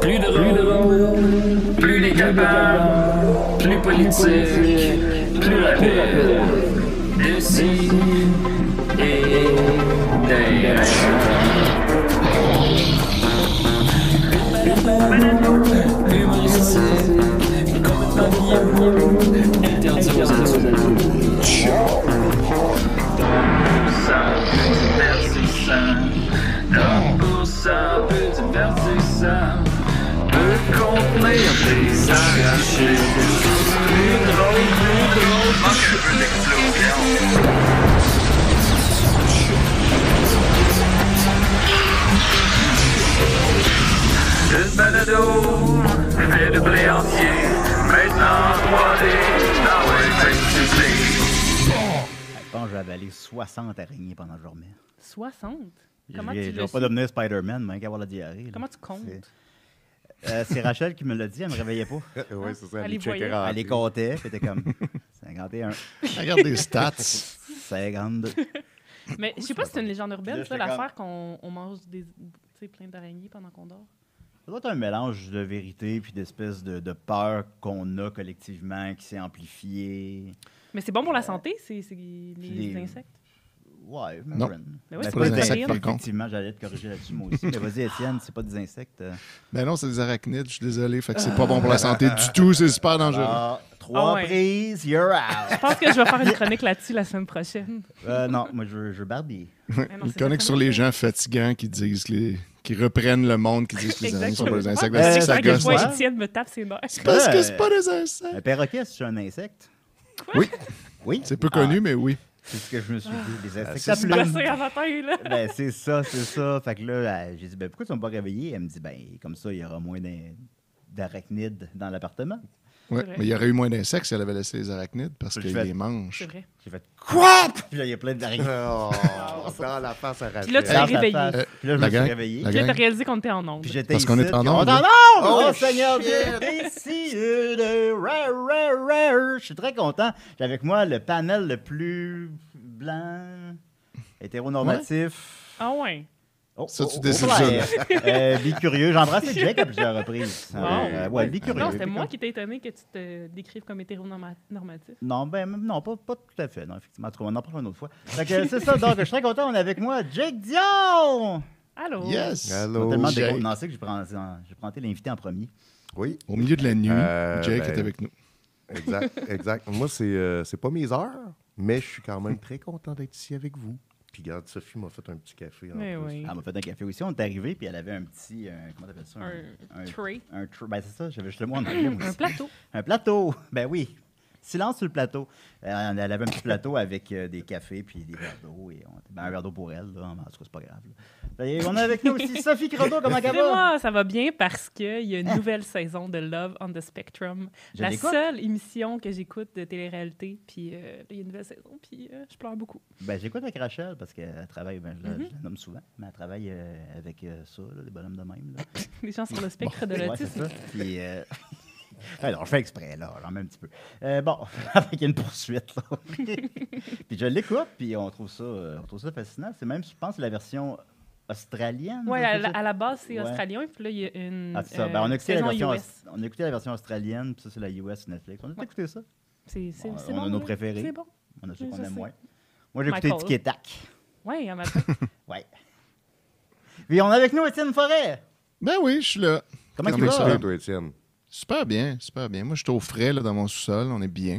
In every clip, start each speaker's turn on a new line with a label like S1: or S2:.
S1: Plus de rôle, plus décapable, plus politique, plus rapide. D'ici et d'ailleurs. Humoristique, complètement interdit aux adultes. divertissant. Pour ça, peu divertissant. Peut contenir des arrachés. Plus drôle, plus drôle. Manque un peu d'explosion. Une balado fait de blé entier. Maintenant, 3D dans l'intensité.
S2: Je pense que j'ai avalé 60 araignées pendant le journée.
S3: 60?
S2: Je
S3: Comment
S2: vais-
S3: tu
S2: je
S3: le
S2: vais pas devenir Spider-Man, mais qu'à avoir la diarrhée. là.
S3: Comment tu comptes?
S2: C'est- euh, C'est Rachel qui me l'a dit, elle me réveillait pas.
S4: oui, c'est ça.
S3: Allez,
S4: les checkers
S3: voyez.
S5: Ah,
S4: en
S2: Elle les
S4: plus.
S2: comptait, puis elle était comme 51,
S5: Regarde des stats.
S2: 52.
S3: Mais je sais pas si c'est une légende urbaine,
S2: Là,
S3: ça,
S2: j'étais
S3: l'affaire qu'on on mange des, tu sais, plein d'araignées pendant qu'on dort.
S2: Ça doit être un mélange de vérité puis d'espèce de, de peur qu'on a collectivement qui s'est amplifiée.
S3: Mais c'est bon pour
S5: Euh,
S3: la santé, c'est c'est les,
S2: Les-
S3: insectes.
S2: Ouais,
S5: Non.
S3: Mais ouais,
S2: c'est pas
S3: c'est pas
S2: des
S3: des
S2: insectes,
S5: araignées.
S2: effectivement, j'allais te corriger là-dessus moi aussi. Mais vas-y, Étienne, c'est pas des insectes. euh.
S5: Ben non, c'est des arachnides, je suis désolé. Fait que c'est pas bon pour la santé du tout, c'est super dangereux.
S2: Ah, trois
S3: Ah ouais.
S2: prises, you're out.
S3: Je pense que je vais faire une chronique là-dessus la semaine prochaine.
S2: Euh, non, moi je veux, je veux Barbie.
S3: Ah non,
S5: Il
S3: c'est la
S5: connecte sur
S3: chronique.
S5: les gens fatigants qui disent que les- qui reprennent le monde, qui disent que les araignées sont pas des
S3: Exactement.
S5: insectes.
S3: Ouais,
S5: Parce
S2: Euh,
S5: que ça
S3: c'est que je
S5: gosse.
S2: ouais.
S3: vois
S5: hein.
S3: Étienne me tape ses nerfs.
S5: Parce que c'est pas des insectes.
S2: Un perroquet, c'est un insecte.
S5: Oui,
S2: Oui. Ah,
S5: c'est peu connu, mais oui.
S2: C'est ce que je me suis dit. Des insectes
S5: c'est
S2: à
S3: Je
S2: plumes.
S3: sais, à matin, là.
S2: Ben, c'est ça, c'est ça. Fait que là, elle- j'ai dit, ben, pourquoi tu m'as pas réveillé? Elle me dit, ben, comme ça, il y aura moins d'in- d'arachnides dans l'appartement.
S5: Ouais.
S3: C'est vrai.
S5: Mais il y aurait eu moins d'insectes si elle avait laissé les arachnides parce
S2: Je
S5: qu'ils
S2: fais-
S5: les mangent.
S3: C'est vrai.
S2: J'ai fait, quoi? Puis là, il y a plein d'araignées.
S4: Oh, ça, la face à
S3: Puis là, tu
S2: Dans
S3: t'es
S2: ta
S3: réveillé.
S2: face.
S5: Euh,
S2: Puis là, je
S5: la
S2: me suis
S5: gang,
S2: réveillé.
S5: la
S3: Puis là,
S5: gang.
S3: t'as réalisé qu'on était en onde.
S2: Puis j'étais
S5: Parce qu'on
S2: ici,
S5: est en
S2: puis on
S5: onde.
S2: est en onde! Oh,
S4: Oh,
S2: Seigneur, viens ici! euh, euh, rare, rare, rare. Je suis très content. J'ai avec moi le panel le plus blanc, hétéronormatif.
S3: Ah ouais.
S2: Oh,
S5: Ça, tu
S2: oh,
S5: décides
S2: oh,
S5: ça,
S2: ouais. Euh, bicurieux. J'ai embrassé Jake à plusieurs reprises.
S3: Wow.
S2: Euh, ouais, bicurieux.
S3: Ah, Non, c'était moi qui t'ai étonné que tu te décrives comme hétéronormatif.
S2: Non, ben, même- non pas, pas tout à fait. Non, effectivement. En tout cas, on en parlera une autre fois. Fait que, c'est ça. Donc, je suis très content. On est avec moi, Jake Dion!
S3: Allô?
S5: Yes!
S2: On a
S4: Allô?
S2: tellement
S5: Oh, Jake.
S2: décontenancé que je prends, je prends l'invité en premier.
S4: Oui,
S5: Au milieu de la nuit,
S4: Euh,
S5: Jake
S4: ben-
S5: est avec nous.
S4: exact, exact. Moi, c'est euh, c'est pas mes heures, mais je suis quand même très content d'être ici avec vous. Puis regarde, Sophie m'a fait un petit café en
S3: Mais
S4: plus.
S3: oui.
S2: Elle m'a fait un café aussi. On est arrivé, puis elle avait un petit. un- comment t'appelles ça?
S3: Un tray.
S2: Un tr- Ben, c'est ça, j'avais juste le mot en anglais. moi
S3: Un
S2: aussi.
S3: plateau.
S2: Un plateau. Ben oui. Silence sur le plateau. Euh, elle avait un petit plateau avec euh, des cafés puis des verres d'eau. Et on... ben, un verre d'eau pour elle, là. En tout cas, c'est pas grave. là. Ben, Et on a avec nous aussi Sophie Croteau. Comment ça va?
S3: Moi, ça va bien parce qu'il y a une nouvelle saison de Love on the Spectrum.
S2: Je
S3: la
S2: l'écoute.
S3: seule émission que j'écoute de télé-réalité. Puis euh, là, il y a une nouvelle saison, puis euh, je pleure beaucoup.
S2: Ben, j'écoute avec Rachel parce qu'elle travaille, ben, je, la, je la
S3: Mm-hmm.
S2: nomme souvent, mais elle travaille euh, avec euh, ça, là, les bonhommes de même. Là.
S3: Les gens sur le spectre de
S2: Ouais,
S3: l'autisme.
S2: c'est ça. Puis, euh, Alors, je fais exprès, là, j'en mets un petit peu. Euh, bon, avec une poursuite. là. puis je l'écoute, puis on trouve ça, euh, on trouve ça fascinant. C'est même, je pense, la version australienne.
S3: Ouais,
S2: ou
S3: à,
S2: quelque
S3: la-
S2: chose.
S3: à la base, c'est
S2: Ouais.
S3: australien, puis là, il y a une
S2: Ah, c'est ça.
S3: euh,
S2: Ben, on, a écouté la
S3: saison
S2: version,
S3: US.
S2: aus- on a écouté la version australienne, puis ça, c'est la US sur Netflix. On a tout
S3: Ouais.
S2: écouté ça.
S3: C'est c'est-
S2: On-
S3: c'est
S2: on
S3: bon,
S2: a nos
S3: ouais.
S2: préférés.
S3: C'est bon.
S2: On a ceux
S3: Oui,
S2: qu'on
S3: ça,
S2: aime
S3: c'est-
S2: moins. Moi, j'ai écouté
S3: Michael.
S2: Tic et Tac.
S3: Ouais, à matin.
S2: Ouais. puis on a avec nous Étienne Forêt.
S5: Ben oui, je suis là.
S2: Comment
S5: Comment
S2: tu
S5: ça
S2: vas?
S5: va?
S4: Salut, toi, Étienne.
S5: Super bien, super bien. Moi, je suis au frais là, dans mon sous-sol, on est bien.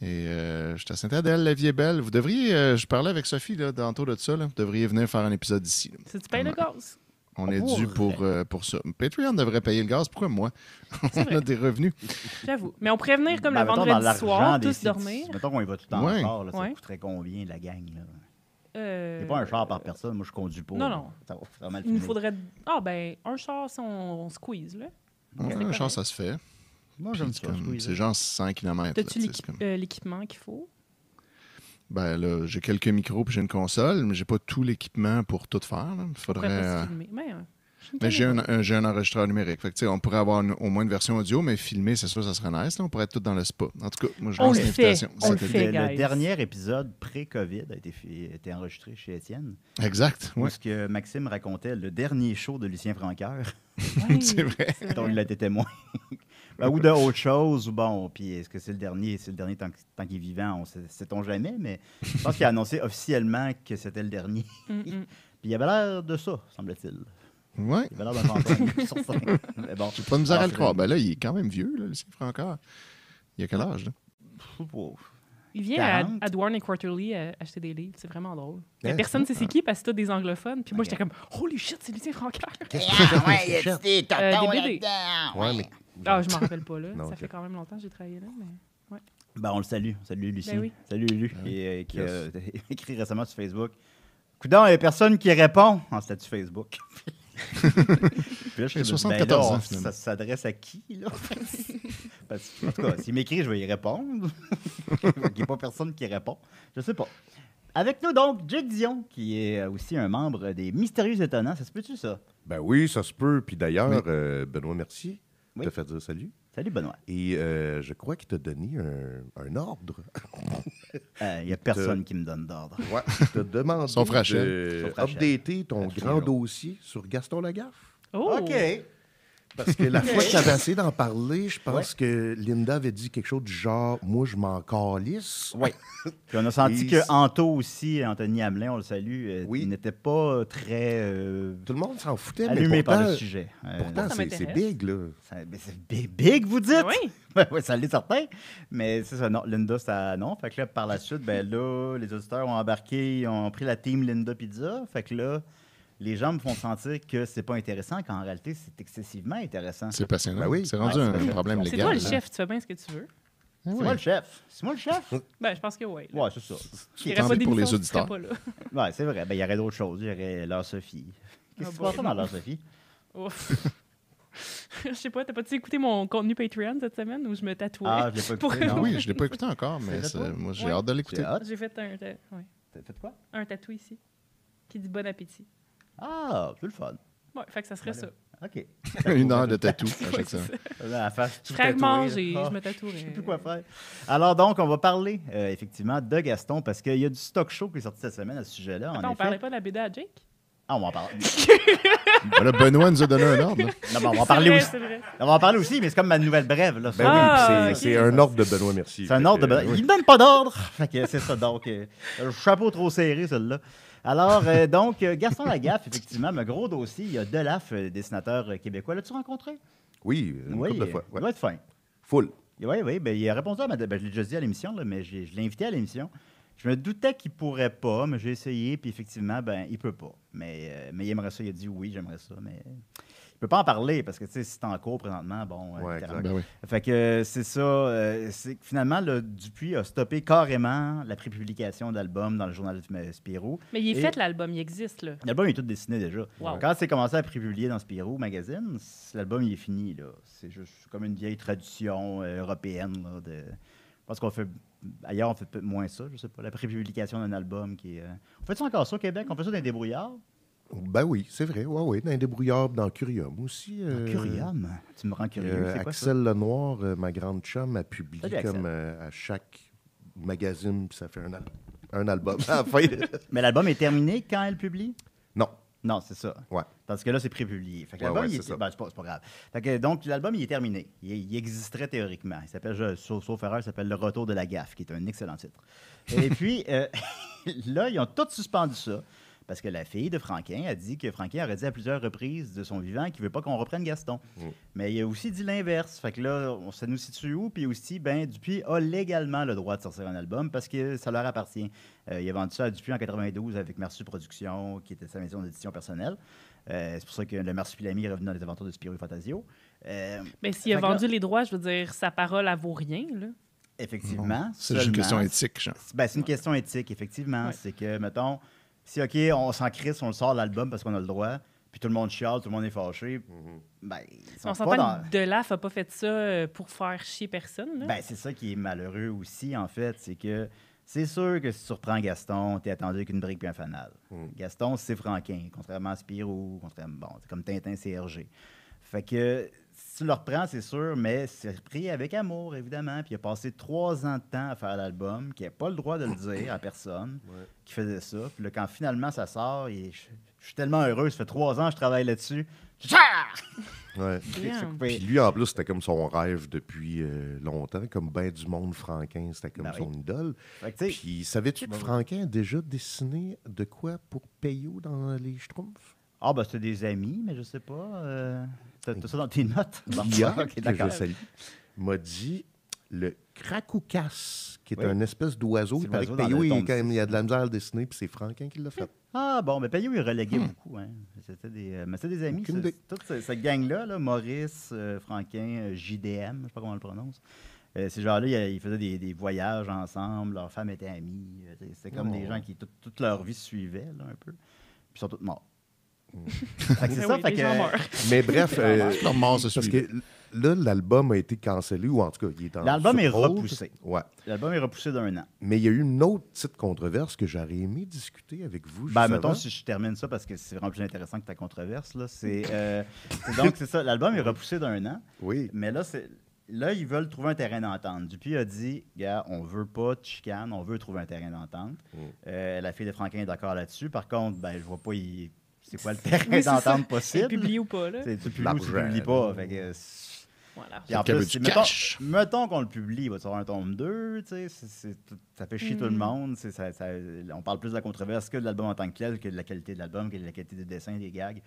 S5: Et euh, je suis à Sainte-Adèle, la vie est belle. Vous devriez, euh, je parlais avec Sophie là, tantôt de ça, là. vous devriez venir faire un épisode ici. là.
S3: Si tu payes le gaz.
S5: On
S2: On
S5: est dû
S2: pourrait.
S5: pour, euh, pour ça. Patreon devrait payer le gaz, pourquoi moi? on
S3: vrai.
S5: a des revenus.
S3: J'avoue. Mais on pourrait venir comme
S2: Ben,
S3: le
S2: mettons, dans
S3: vendredi
S2: l'argent
S3: soir,
S2: des
S3: tous
S2: sites-
S3: dormir.
S2: Mettons qu'on y va tout le temps
S5: Ouais.
S2: en char, là, ça
S3: Ouais.
S2: coûterait combien la gang? Là? Il
S3: Euh,
S2: n'y a pas un char par personne, moi je conduis pas.
S3: Non,
S2: là.
S3: non.
S2: Ça va, ça va mal
S3: Il nous
S2: finir.
S3: faudrait. Ah, ben, un char si on, on squeeze, là.
S5: Ouais,
S3: correct.
S5: un char, ça se fait.
S2: Moi
S5: Puis
S2: j'aime ça.
S5: comme,
S2: je squeeze.
S5: C'est genre 100 km.
S3: T'as-tu l'équi- euh, l'équipement qu'il faut?
S5: Ben là, j'ai quelques micros puis j'ai une console, mais j'ai pas tout l'équipement pour tout faire. là. Il
S3: Pourrait
S5: faudrait.
S3: pas
S5: euh,
S3: se filmer. Mais, euh, je suis une
S5: Mais j'ai un,
S3: caméra.
S5: un- j'ai un enregistreur numérique. Fait que, tu sais, on pourrait avoir une- au moins une version audio, mais filmer, c'est sûr, ça serait nice. là. On pourrait être tous dans le spa. En tout cas, moi, je
S3: On
S5: lance
S3: le
S5: l'invitation.
S3: fait. On
S5: Ça
S3: le
S5: fait-
S3: fait.
S2: le, le
S3: guys.
S2: dernier épisode pré-COVID a été, fait- a été enregistré chez Étienne.
S5: Exact.
S2: où
S5: Ouais.
S2: ce que Maxime racontait le dernier show de Lucien Franqueur.
S3: Oui,
S5: C'est vrai.
S2: Donc, il a été témoin. Ben, ou de autre chose, ou bon, puis est-ce que c'est le dernier, c'est le dernier tant, que- tant qu'il est vivant, on sait- sait-on jamais, mais je pense qu'il a annoncé officiellement que c'était le dernier.
S3: Mm, mm.
S2: Puis il avait l'air de ça, semble-t-il.
S5: Ouais.
S2: Il avait l'air d'un fantôme sur scène. Mais bon.
S5: J'ai pas de misère à
S2: Alors,
S5: le croire. Ben là, il est quand même vieux, là, le chiffre encore. Il a quel âge, là?
S2: c'est- Wow.
S3: Il vient à-
S2: 40.
S3: à, Dwarn et Quarterly euh, acheter des livres. C'est vraiment drôle. Mais
S4: Ouais,
S3: personne ne sait
S4: c'est
S3: c'est qui parce que c'est tous des anglophones. Puis moi, j'étais comme Holy shit, c'est Lucien Francaire.
S6: Ah ouais, il y a des tontons
S3: Euh, des BD.
S6: là-dedans.
S4: Ouais, mais.
S3: Ah, je m'en rappelle pas, là.
S4: Non,
S3: Ça
S4: ok.
S3: fait quand même longtemps que j'ai travaillé là. Mais...
S2: Ben, on le salue. Salut, Lucie.
S3: Ben oui.
S2: Salut, Lulu, qui, euh, qui a
S4: Yes.
S2: écrit récemment sur Facebook. Coudon, il n'y a personne qui répond en statut Facebook. Puis ben là, je
S5: J'ai
S2: suis
S5: 74 ans, finalement.
S2: Ça s'adresse à qui, là? Parce que, en tout cas, s'il m'écrit, je vais y répondre. il n'y a pas personne qui répond. Je sais pas. Avec nous, donc, Jake Dion, qui est euh, aussi un membre des Mystérieux Étonnants. Ça se peut-tu, ça?
S4: Ben oui, ça se peut. Puis d'ailleurs, euh, Benoît Mercier
S2: Oui.
S4: te fait dire salut.
S2: Salut, Benoît.
S4: Et euh, je crois qu'il t'a donné un, un ordre.
S2: Euh, Il n'y a personne qui me donne d'ordre.
S4: Ouais. t'a demandé
S5: Son frachet.
S4: de
S2: Son frachet.
S4: updater ton
S2: Frachet,
S4: grand
S2: ouais.
S4: dossier sur Gaston Lagaffe.
S3: Oh!
S4: Parce que la fois que t'avais essayé d'en parler, je pense que Linda avait dit quelque chose du genre « Moi, je m'en calisse
S2: Oui. Puis on a senti
S4: Et
S2: que
S4: c'est-
S2: Anto aussi, Anthony Hamelin, on le salue, euh,
S4: Oui.
S2: n'était pas très euh, ».
S4: Tout le monde s'en foutait, mais
S2: allumé par
S4: pourtant,
S2: le sujet. Euh,
S4: pourtant euh,
S3: Ça
S4: c'est c'est
S3: m'intéresse.
S4: big, là.
S2: ça- mais c'est big, big, vous dites?
S3: Oui.
S2: Ben oui, ça l'est certain. Mais c'est ça, non, Linda, ça non. Fait que là, par la suite, ben là, les auditeurs ont embarqué, ils ont pris la team Linda Pizza. Fait que là, les gens me font sentir que c'est pas intéressant, qu'en réalité, c'est excessivement intéressant.
S5: C'est passionnant.
S4: Ben oui.
S5: C'est rendu
S2: Ah,
S5: un
S2: c'est-
S5: problème
S2: c'est
S5: légal.
S3: C'est toi le
S5: là.
S3: chef, tu fais bien ce que tu veux.
S5: Ah
S2: C'est
S5: oui.
S2: moi le chef. C'est moi le chef?
S3: Ben, je pense que oui.
S2: Ouais, c'est ça.
S3: Il
S5: Tant
S3: aurait pas
S5: pis pour les
S3: d'émission si tu serais
S5: auditeurs.
S3: pas là.
S2: Ouais, c'est vrai. Ben, il y aurait d'autres choses. Il y aurait leur Sophie. Qu'est-ce qui
S3: Ah
S2: se
S3: bon?
S2: passe dans leur Sophie?
S3: Ouf. Je sais pas, t'as pas-tu écouté mon contenu Patreon cette semaine où je me tatouais?
S2: Ah, je l'ai pas
S3: Pour-
S2: écouté, non.
S5: Oui, je l'ai pas écouté encore, mais
S2: C'est
S5: ça-
S2: vrai, toi?
S5: moi, j'ai
S3: Ouais.
S5: hâte de
S2: C'est
S5: l'écouter.
S2: hot.
S3: J'ai fait un, ta- ouais,
S2: T'as fait quoi?
S3: un tatou ici qui dit bon appétit.
S2: Ah, c'est le fun.
S3: Ouais, fait que ça serait ça.
S2: OK.
S5: Une heure de tatou. à
S3: Ouais,
S5: chaque
S3: c'est
S5: fois.
S3: ça.
S2: La face tout
S3: Frère mange
S2: tatouée,
S3: et
S2: là.
S3: je me
S2: Ah,
S3: tatouerais.
S2: Je sais plus quoi faire. Alors donc, on va parler euh, effectivement de Gaston parce qu'il y a du stock show qui est sorti cette semaine à ce sujet-là.
S3: Attends,
S2: En
S3: on parlait
S2: effet.
S3: pas de la BD à Jake?
S2: Ah, on va en parler.
S5: Voilà, Ben Benoît nous a donné un ordre. là.
S2: Non, mais on va en
S3: C'est
S2: parler
S3: vrai,
S2: aussi.
S3: c'est vrai.
S2: On va en parler aussi, mais c'est comme ma nouvelle brève. Là.
S4: Ben
S3: Ah,
S4: oui,
S3: ok.
S4: puis c'est c'est un ordre de Benoît Mercier.
S2: C'est un
S4: Fait
S2: ordre de
S4: que, euh,
S2: bonheur. Il ne donne pas d'ordre. Fait que c'est ça. Donc, euh, le chapeau trop serré, celui-là. Alors, euh, donc, euh, Gaston Lagaffe, effectivement, un gros dossier. Il y a Delaf, euh, dessinateur euh, québécois. L'as-tu rencontré?
S4: euh, Oui, une
S2: oui, euh,
S4: couple de fois.
S2: Il
S4: ouais.
S2: doit être fin.
S4: Full.
S2: Oui, oui, ben, il a répondu à ma... ben, je l'ai déjà dit à l'émission, là, mais j'ai- je l'ai invité à l'émission. Je me doutais qu'il pourrait pas, mais j'ai essayé, puis effectivement, ben, il peut pas. Mais, euh, mais il aimerait ça, il a dit oui, j'aimerais ça, mais il peut pas en parler, parce que, tu sais, si c'est en cours présentement, bon... euh,
S4: Ouais,
S2: littéralement.
S4: exact.
S5: Ben oui.
S2: Fait que euh, c'est ça, euh, c'est que finalement, le Dupuis a stoppé carrément la prépublication d'albums dans le journal euh, Spirou.
S3: Mais il est
S2: Et-
S3: fait l'album, il existe là.
S2: L'album est tout dessiné déjà.
S3: Wow.
S2: Quand c'est commencé à prépublier dans Spirou Magazine, c- l'album il est fini. là. C'est juste comme une vieille tradition euh, européenne. là, de... Je pense qu'on fait. Ailleurs, on fait peut- moins ça, je sais pas. La prépublication d'un album qui est. euh, On fait ça encore ça au Québec On fait ça dans les débrouillards
S4: Ben oui, c'est vrai. Ouais, ouais, dans les débrouillards, dans Curium aussi. euh,
S2: Curium. Ah, Tu me rends curieux.
S4: euh,
S2: c'est quoi ça
S4: Axel Lenoir, euh, ma grande chum, a publié
S2: Salut, Axel.
S4: comme euh, à chaque magazine, puis ça fait un, al- un album. à la fin.
S2: Mais l'album est terminé quand elle publie
S4: non,
S2: Non, c'est ça.
S4: ouais.
S2: Parce que là, c'est prépublié. Fait que
S4: Ouais,
S2: l'album,
S4: ouais,
S2: il
S4: c'est
S2: était-
S4: ça.
S2: ben, c'est pas, c'est pas grave. Fait que, donc, l'album, il est terminé. Il, il existerait théoriquement. Il s'appelle, je- sauf, sauf erreur, il s'appelle Le Retour de la Gaffe, qui est un excellent titre. Et puis, euh, là, ils ont tous suspendu ça. Parce que la fille de Franquin a dit que Franquin aurait dit à plusieurs reprises de son vivant qu'il veut pas qu'on reprenne Gaston.
S4: Mm.
S2: Mais il a aussi dit l'inverse. Fait que là, on- ça nous situe où? Puis aussi, ben, Dupuis a légalement le droit de sortir un album parce que ça leur appartient. Euh, il a vendu ça à Dupuis en 92 avec Mersu Productions, qui était sa maison d'édition personnelle. Euh, c'est pour ça que le Marsupilami est revenu dans les aventures de Spirou et Fantasio. Euh,
S3: Mais s'il a
S2: Fait que là-
S3: vendu les droits, je veux dire, sa parole, elle vaut rien là.
S2: effectivement.
S5: C'est juste une
S2: Ah. seulement-
S5: question éthique, genre.
S2: C'est- ben, c'est une question éthique, effectivement.
S3: Ouais.
S2: C'est que, mettons, si, OK, on s'en crisse, on le sort l'album parce qu'on a le droit, puis tout le monde chiale, tout le monde est fâché,
S5: Mm-hmm.
S2: ben, ils sont
S3: On
S2: pas
S3: s'entend
S2: dans...
S3: que Delaf a pas fait ça euh, pour faire chier personne. Là.
S2: Ben, c'est ça qui est malheureux aussi, en fait. C'est que c'est sûr que si tu reprends Gaston, t'es attendu avec une brique bien fanale. Gaston, c'est Franquin, contrairement à Spirou, contrairement, bon, c'est comme Tintin, c'est Hergé. Fait que si tu le reprends, c'est sûr, mais c'est pris avec amour, évidemment. Puis il a passé trois ans de temps à faire l'album, qui n'a pas le droit de le dire à personne, qui faisait ça. Puis là, quand finalement ça sort, il est- je je suis tellement heureux, ça fait trois ans que je travaille là-dessus.
S4: Ouais.
S2: C'est
S3: Damn.
S2: coupé.
S4: Puis lui, en plus, c'était comme son rêve depuis euh, longtemps, comme ben du monde, Franquin, c'était comme
S2: Ben oui. ben
S4: son idole.
S2: Fait que, tu sais,
S4: Puis savais-tu que
S2: Bon.
S4: Franquin a déjà dessiné de quoi pour Payot dans les Schtroumpfs?
S2: Ah, ben, c'était des amis, mais je sais pas. euh, T'as t'as ça dans tes notes? Bon,
S4: Hier,
S2: ok,
S4: que je
S2: d'accord.
S4: salue, m'a dit le cracoucas, qui est
S2: Oui.
S4: un espèce d'oiseau.
S2: C'est
S4: Il paraît que
S2: l'oiseau dans
S4: Payot,
S2: le
S4: il, est
S2: tombe.
S4: quand même- il a de la misère à le dessiner, puis c'est Franquin qui l'a fait.
S2: Ah, bon, mais Payot, il reléguait beaucoup. Hein. C'était des, euh, mais c'était des amis.
S4: Hmm. Aucune
S2: ce-
S4: idée.
S2: toute ce- cette gang-là, là, Maurice, euh, Franquin, euh, JDM, je sais pas comment on le prononce. Euh, ces gens-là, ils, ils faisaient des, des voyages ensemble, leurs femmes étaient amies. euh, c'est- C'était comme
S4: Oh.
S2: des gens qui, toute- toute leur vie, se suivaient là, un peu. Puis ils sont tous morts.
S4: Hmm.
S2: Fait que c'est
S3: Ben
S2: ça,
S3: oui,
S2: fait
S3: les
S2: que-
S3: gens meurent.
S4: Mais bref, euh,
S5: Leur mort se
S4: parce
S5: suit.
S4: que là, l'album a été cancellé, ou en tout cas, il est en
S2: L'album est
S4: sur hold.
S2: repoussé.
S4: Ouais.
S2: l'album est repoussé d'un an.
S4: Mais il y a eu une autre petite controverse que j'aurais aimé discuter avec vous.
S2: Ben,
S4: juste
S2: mettons,
S4: avant.
S2: si je termine ça, parce que c'est vraiment plus intéressant que ta controverse, là, c'est... euh, c'est donc, c'est ça, l'album est repoussé d'un an.
S4: Oui.
S2: Mais là, c'est. Là, ils veulent trouver un terrain d'entente. Dupuis a dit, gars, on veut pas de chicane, on veut trouver un terrain d'entente. Euh, la fille de Franquin est d'accord là-dessus. Par contre, ben, je vois pas, il- c'est quoi le terrain
S3: Oui, c'est ça.
S2: d'entente
S3: C'est
S2: possible.
S3: publié ou pas, là.
S2: C'est- Tu publies ou
S4: L'argent.
S2: tu publies pas. Fait que, euh, c'est-
S3: Voilà.
S2: Puis en
S5: qu'il
S2: plus,
S5: y avait
S2: c'est-
S5: du
S2: mettons,
S5: cash.
S2: mettons qu'on le publie, il va avoir un tome 2, tu sais, c'est- c'est tout- ça fait chier tout le
S3: Mm.
S2: monde. c'est- ça- ça- on parle plus de la controverse que de l'album en tant que tel, que de la qualité de l'album, que de la qualité des dessins, des gags,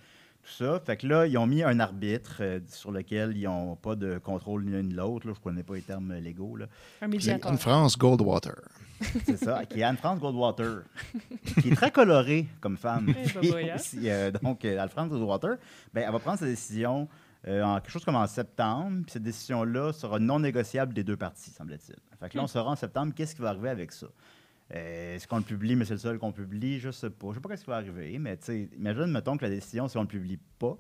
S2: tout ça. Fait que là, ils ont mis un arbitre euh, sur lequel ils n'ont pas de contrôle l'un de l'autre. là, Je ne connais pas les termes euh, légaux. là.
S3: Un
S5: C'est
S3: médiateur.
S5: Anne France Goldwater.
S2: C'est ça, qui est Anne-France Goldwater, qui est très colorée comme femme.
S3: Eh, bah,
S2: Puis
S3: voyons.
S2: aussi, euh, donc, euh, Anne-France Goldwater, ben, elle va prendre sa décision euh, en quelque chose comme en septembre. Puis cette décision-là sera non négociable des deux parties, semble-t-il. Fait que là, on saura en septembre qu'est-ce qui va arriver avec ça. Euh, Est-ce qu'on le publie, mais c'est le seul qu'on publie? Je sais pas. Je sais pas qu'est-ce qui va arriver, mais tu sais, imagine, mettons que la décision, si on le publie pas,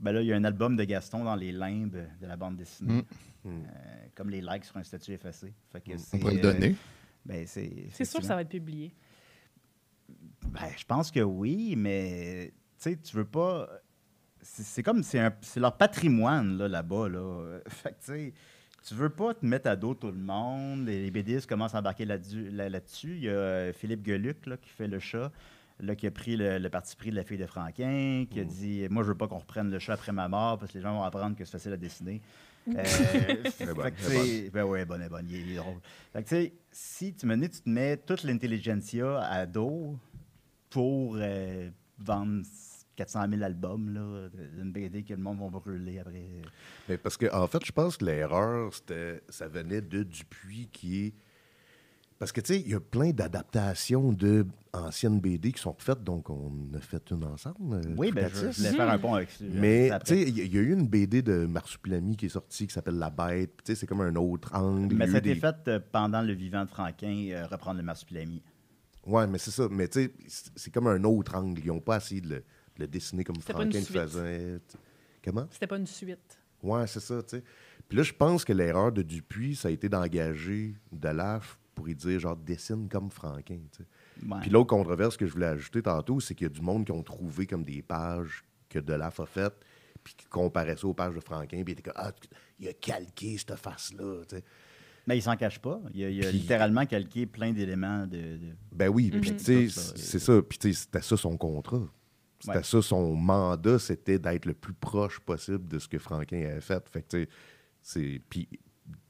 S2: ben là, il y a un album de Gaston dans les limbes de la bande dessinée.
S5: Mm.
S2: Euh, comme les likes sur un statut effacé. Fait que
S5: On
S2: c'est,
S5: pourrait le
S2: euh,
S5: donner.
S2: ben, c'est
S3: C'est sûr que ça va être publié.
S2: ben, je pense que oui, mais tu sais, tu veux pas. C'est c'est comme c'est un- c'est leur patrimoine là, là-bas. Là, Fait que, tu sais, tu veux pas te mettre à dos tout le monde. Les, les BDistes commencent à embarquer là-dessus. Là, dessus Il y a euh, Philippe Geluc là, qui fait le chat, là, qui a pris le, le parti pris de la fille de Franquin, qui a dit Moi, je veux pas qu'on reprenne le chat après ma mort parce que les gens vont apprendre que c'est facile à dessiner. Euh, fait
S4: bonne,
S2: que,
S4: très
S2: tu sais, ben ouais, bonne, bonne, il est, il est drôle. Fait que, tu sais, si tu me dis, tu te mets toute l'intelligentsia à dos, pour euh, vendre 400 000 albums là, d'une BD que le monde va brûler après. euh,
S4: Mais parce que, en fait, je pense que l'erreur, c'était, ça venait de Dupuis qui est. Parce que, tu sais, il y a plein d'adaptations de anciennes BD qui sont faites, donc on a fait une ensemble. euh,
S2: Oui, ben,
S4: Toutatis.
S2: je voulais faire un pont avec ça.
S4: Mais,
S2: Ça, après.
S4: tu sais, il y a- il y a eu une BD de Marsupilami qui est sortie qui s'appelle La Bête. puis Tu sais, c'est comme un autre angle.
S2: Mais
S4: il y
S2: ça
S4: a
S2: a
S4: eu
S2: été
S4: des-
S2: fait euh, pendant le vivant de Franquin, euh, reprendre le marsupilami.
S4: Ouais, mais c'est ça. Mais tu sais, c'est- c'est comme un autre angle. Ils n'ont pas essayé de le, de le dessiner comme
S3: C'était pas une
S4: Franquin le
S3: suite.
S4: faisait. tu- Comment?
S3: C'était pas une suite.
S4: Ouais, c'est ça, tu sais. Puis là, je pense que l'erreur de Dupuis, ça a été d'engager Delaf pour y dire, genre, dessine comme Franquin, tu sais.
S2: Ouais.
S4: Puis l'autre controverse que je voulais ajouter tantôt, c'est qu'il y a du monde qui ont trouvé comme des pages que Delaf a faites, puis qui comparaient ça aux pages de Franquin, puis ils étaient comme, ah, il a calqué cette face-là, tu sais.
S2: Mais il s'en cache pas. Il a, il a
S4: Puis-
S2: littéralement calqué plein d'éléments de. de-
S4: Ben oui,
S2: Mm-hmm.
S4: puis tu sais, c'est c'est ça. Puis tu sais, c'était ça son contrat. C'était
S2: euh, Ouais.
S4: ça son mandat, c'était d'être le plus proche possible de ce que Franquin avait fait. Fait que tu sais, c'est. Puis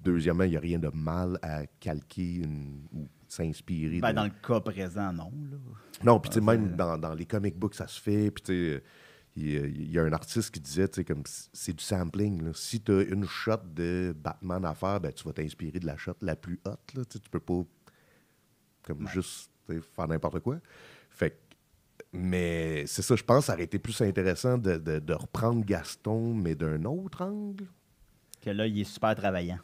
S4: deuxièmement, il n'y a rien de mal à calquer une- ou s'inspirer.
S2: Ben,
S4: de-
S2: dans le cas présent, non. là.
S4: Non, puis tu
S2: Ah,
S4: sais, même dans, dans les comic books, ça se fait. Puis tu sais, il y a- il y, a un artiste qui disait, tu sais, comme c'est du sampling. là. Si tu as une shot de Batman à faire, ben, tu vas t'inspirer de la shot la plus haute. Là, tu sais, tu peux pas comme juste tu sais, faire n'importe quoi. Fait que- mais c'est ça, je pense, ça aurait été plus intéressant de, de- de reprendre Gaston, mais d'un autre angle.
S2: Que là, il est super travaillant.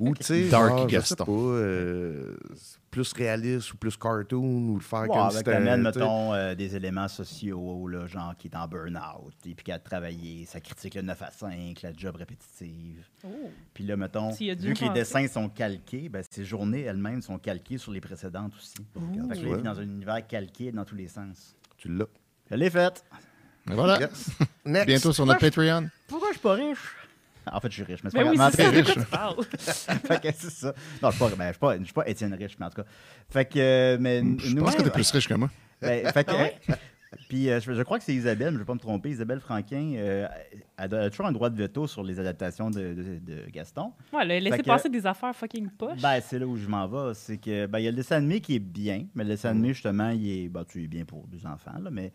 S4: Ou, tu sais,
S5: Dark
S4: genre, je sais
S5: Gaston.
S4: pas, euh, plus réaliste ou plus cartoon, ou le faire
S2: Ouais,
S4: comme
S2: avec
S4: si
S2: un
S4: c'était un,
S2: man,
S4: tu sais,
S2: mettons, euh, des éléments sociaux, là, genre qui est en burn-out, et puis qui a travaillé, ça critique le 9 à 5, la job répétitive.
S3: Oh.
S2: Puis là, mettons,
S3: S'il y a du
S2: vu que les
S3: français.
S2: dessins sont calqués, ben, ces journées elles-mêmes sont calquées sur les précédentes aussi. Fait que là, il vit dans un univers calqué dans tous les sens.
S4: Tu l'as.
S2: Je l'ai faite.
S5: Mais voilà.
S4: Yes. Next.
S5: Bientôt sur notre Patreon.
S2: Pourquoi je suis pas riche? En fait, je suis riche, mais c'est
S3: Mais
S2: pas
S3: Ben
S2: grave.
S3: oui, c'est ça
S2: Mais-
S3: de quoi tu parles.
S2: Fait que c'est ça. Non, je suis pas, ben, je suis pas, je suis pas Étienne Riche, mais en tout cas. Fait que, euh, mais
S5: Je pense que t'es plus riche que moi.
S2: Ben, fait que, euh, Puis euh, je, je crois que c'est Isabelle, mais je ne vais pas me tromper. Isabelle Franquin euh, elle a toujours un droit de veto sur les adaptations de, de- de Gaston.
S3: Ouais, le laisser
S2: que-
S3: passer des affaires fucking poches.
S2: Ben, c'est là où je m'en vais. C'est que ben, il y a le dessin animé qui est bien, mais le dessin animé, justement, il est, ben, tu es bien pour deux enfants, là, mais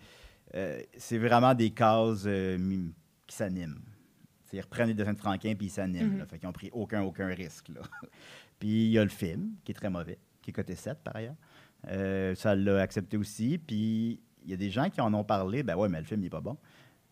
S2: euh, c'est vraiment des cases euh, mi- qui s'animent. C'est- Ils reprennent les dessins de Franquin puis ils s'animent. là. Fait qu'ils n'ont pris aucun, aucun risque. là. puis il y a le film, qui est très mauvais, qui est coté 7 par ailleurs. Euh, ça l'a accepté aussi. Puis il y a des gens qui en ont parlé. Ben ouais, mais le film, il n'est pas bon.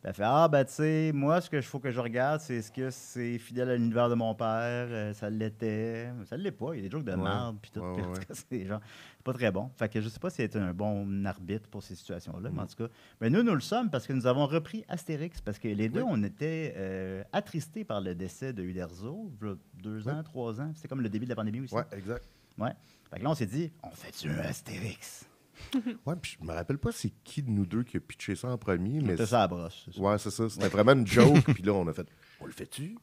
S2: Ben, elle fait Ah, ben, tu sais, moi, ce que je faut que je regarde, c'est est-ce que c'est fidèle à l'univers de mon père Euh, Ça l'était. Ça l'est pas. Il y a des jokes de
S4: Ouais.
S2: merde. Puis tout.
S4: Ouais,
S2: Puis, en
S4: ouais,
S2: tout
S4: ouais.
S2: cas, c'est genre, c'est pas très bon. Fait que je sais pas si c'est un bon arbitre pour ces situations-là.
S4: Mm.
S2: Mais en tout cas, ben, nous, nous le sommes parce que nous avons repris Astérix. Parce que les deux, on était euh, attristés par le décès de Uderzo, v'là deux ans, trois ans. C'était comme le début de la pandémie aussi.
S4: Ouais, exact.
S2: Ouais. Fait que là, on s'est dit, on fait-tu un Astérix?
S4: Ouais, puis je me rappelle pas c'est qui de nous deux qui a pitché ça en premier, mais.
S2: C'était ça à la brosse. c'est ça.
S4: Ouais, c'est ça. C'était vraiment une joke, puis là, on a fait. On le fait-tu?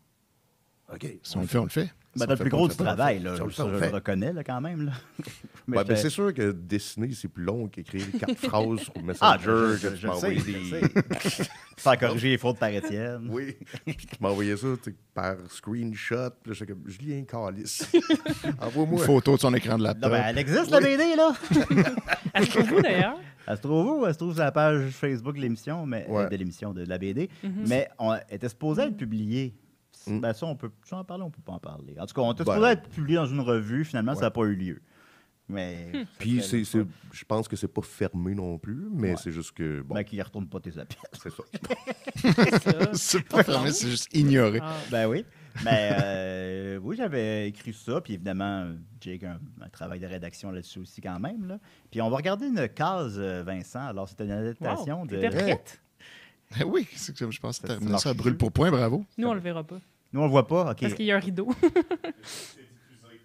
S4: OK.
S5: Si on le fait, on le fait.
S2: Ben,
S5: Si on
S2: t'as le
S5: fait
S2: plus
S5: pas, on
S2: gros
S5: le
S2: du
S5: fait pas.
S2: travail, là.
S4: Ça, on le
S2: Je,
S4: fait, on le
S2: je
S4: fait.
S2: le reconnais, là, quand même. Là. Mais
S4: Ouais, ben,
S2: je-
S4: c'est sûr que dessiner, c'est plus long qu'écrire quatre phrases sur Messenger.
S2: Ah, je,
S4: que
S2: je, je,
S4: tu
S2: je
S4: peux
S2: le sais,
S4: envoyer
S2: je le
S4: des-
S2: sais. Faire corriger les fautes par Étienne.
S4: Oui. Puis tu m'envoyais ça tu sais, par screenshot. Puis là, j'étais comme, Julien Calice.
S5: Une
S4: Envoie-moi.
S5: photo de son écran de
S2: Non,
S5: laptop.
S2: ben, elle existe, la BD, là!
S3: À ce propos, d'ailleurs,
S2: Elle se trouve où? Elle se trouve sur la page Facebook de l'émission, mais euh,
S4: Ouais.
S2: de l'émission de la BD.
S3: Mhm.
S2: Mais on était supposé être publié.
S4: Mm.
S2: Ben ça, on peut tu en parler, on peut pas en parler. En tout cas, on était
S4: Ben.
S2: supposé être publié dans une revue, finalement, ça n'a pas eu lieu.
S3: Hmm.
S2: Mais. ça
S4: Puis
S2: serait-
S4: c'est, c'est- je pense que c'est pas fermé non plus, mais
S2: Ouais.
S4: c'est juste que, bon,
S2: Ben, qu'il ne retourne pas tes appels.
S4: c'est ça.
S3: ça.
S5: C'est pas fermé, c'est juste ignoré.
S3: Ah.
S2: Ben oui. Mais euh, oui, j'avais écrit ça. Puis évidemment, Jake a un, un travail de rédaction là-dessus aussi quand même. Là. Puis on va regarder une case, euh, Vincent. Alors, c'était une adaptation
S3: Wow,
S2: de...
S3: t'étais prête?
S5: Ben oui, c'est que je pense que
S2: Ça,
S5: terminé
S2: c'est
S5: ça
S2: marqué.
S5: brûle pour point, bravo.
S3: Nous, on le verra pas.
S2: Nous, on le voit pas. OK.
S3: Parce qu'il y a un rideau.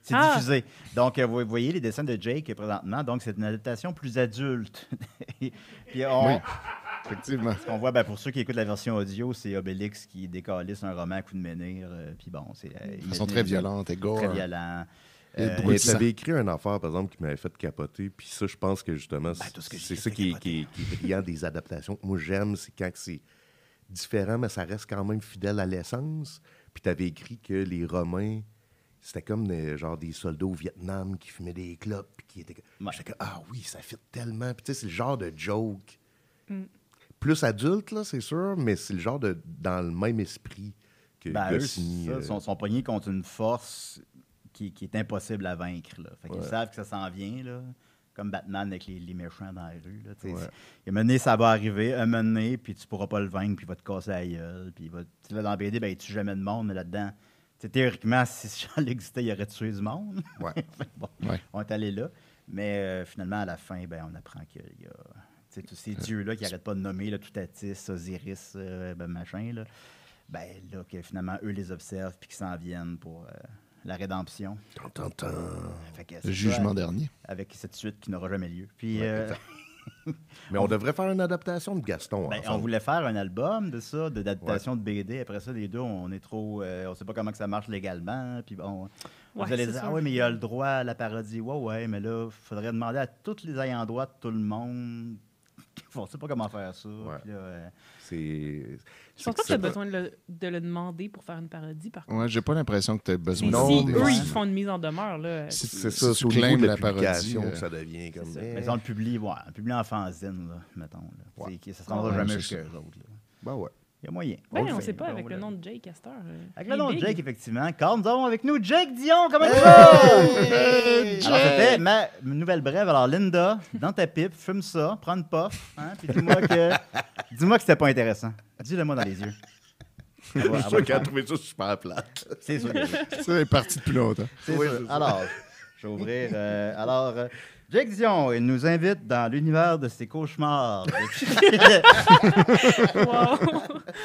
S2: C'est
S3: Ah!
S2: diffusé. Donc, euh, vous voyez les dessins de Jake présentement. Donc, c'est une adaptation plus adulte. Puis on,
S5: Oui. Effectivement.
S2: ce qu'on voit, ben, pour ceux qui écoutent la version audio, c'est Obélix qui décalisse un roman à coup de menhir. euh, puis bon, c'est... euh,
S5: De façon très violente et gore.
S2: Très violent.
S5: Il y a
S2: Euh,
S5: beaucoup
S4: Mais
S5: de sang.
S4: t'avais écrit un affaire, par exemple, qui m'avait fait capoter. Puis ça, je pense que justement,
S2: Ben, tout ce
S4: c'est
S2: que
S4: c'est
S2: j'ai
S4: ça
S2: fait
S4: qui est, qui, est, qui est brillant des adaptations. Moi, j'aime, c'est quand que c'est différent, mais ça reste quand même fidèle à l'essence. Puis t'avais écrit que les Romains, c'était comme des, genre des soldats au Vietnam qui fumaient des clopes. Puis qui étaient.
S2: Ouais.
S4: J'étais comme, ah oui, ça fit tellement. Puis tu sais, c'est le genre de joke. Plus adulte, là, c'est sûr, mais c'est le genre de. dans le même esprit que
S2: Ben, eux,
S4: Goscinny,
S2: ça,
S4: euh,
S2: sont, sont pognés contre une force qui, qui est impossible à vaincre. Là. Fait qu'ils savent que ça s'en vient, là. comme Batman avec les, les méchants dans la rue. Là, tu sais, c'est- Il a mené, ça va arriver, un mené, puis tu pourras pas le vaincre, puis il va te casser la gueule. Puis il va, tu sais, là, dans la BD, ben, il tue jamais de monde, mais là-dedans, tu sais, théoriquement, si ce genre existait, il aurait tué du monde.
S4: Ouais.
S2: Fait que bon,
S5: Ouais.
S2: On est allé là. Mais euh, finalement, à la fin, ben, on apprend qu'il y a tu sais, tous
S5: Euh,
S2: ces dieux-là qui n'arrêtent pas de nommer, là, Toutatis, Osiris, euh, ben, machin. Là. Ben là, que finalement, eux les observent puis qu'ils s'en viennent pour euh, la rédemption.
S4: Tan, tan, tan.
S2: Fait que c'est
S5: Ah Le
S2: ça,
S5: jugement dernier.
S2: Avec cette suite qui n'aura jamais lieu. Puis,
S4: Ouais,
S2: euh,
S4: exact. Mais on devrait faire une adaptation de Gaston.
S2: ben, on
S4: ensemble.
S2: voulait faire un album de ça, de- d'adaptation de BD. Après ça, les deux, on est trop. euh, on sait pas comment que ça marche légalement. Puis bon.
S3: Ouais,
S2: vous allez
S3: c'est
S2: dire,
S3: sûr.
S2: ah oui, mais il y a le droit à la parodie. Ouais, ouais, mais là, faudrait demander à tous les ayants droit de tout le monde. On sait pas comment faire ça. Puis là, euh,
S4: C'est.
S3: Je pense
S4: que
S3: pas que tu as
S4: c'est pas-
S3: besoin de le, de le demander pour faire une parodie, par contre.
S5: Ouais, j'ai pas l'impression que tu as besoin
S4: Non,
S3: si
S5: de
S3: eux,
S2: ouais.
S3: ils font une mise en demeure, là.
S5: Si-
S4: C'est
S5: si
S4: ça, c'est
S5: tu
S4: au niveau
S5: claimes
S4: de la
S5: la parodie.
S4: publication
S5: euh,
S4: que ça devient comme.
S3: ça.
S4: Eh,
S2: Mais on le publie, ouais, on le publie en fanzine, là, mettons. Là.
S4: Ouais.
S2: C'est- Ça se rendra
S5: Ouais,
S2: jamais
S5: c'est
S2: jusqu'à
S5: ça.
S2: eux autres. là.
S4: Ben ouais.
S2: Il y a moyen.
S3: Ben,
S2: le
S3: on
S2: fait,
S3: sait pas
S2: là,
S3: avec
S2: on
S3: le
S2: le-
S3: nom de Jake Astor. euh,
S2: Avec
S3: il
S2: le
S3: est
S2: nom de
S3: big.
S2: Jake, effectivement. Car nous avons avec nous Jake Dion. Comment tu vas? Alors, c'était ma nouvelle brève. Alors, Linda, dans ta pipe, fume ça, prends une puff, hein, puis dis-moi que, dis-moi que c'était pas intéressant. Dis-le-moi dans les yeux. Elle va- elle va
S4: Je
S2: le
S4: suis sûr qu'elle a
S2: faire.
S4: trouvé ça super plate.
S2: C'est sûr. que oui.
S5: Ça est parti depuis longtemps.
S2: C'est sûr. Alors, je vais ouvrir. euh, alors, euh, Jake Dion il nous invite dans l'univers de ses cauchemars depuis,
S3: Wow.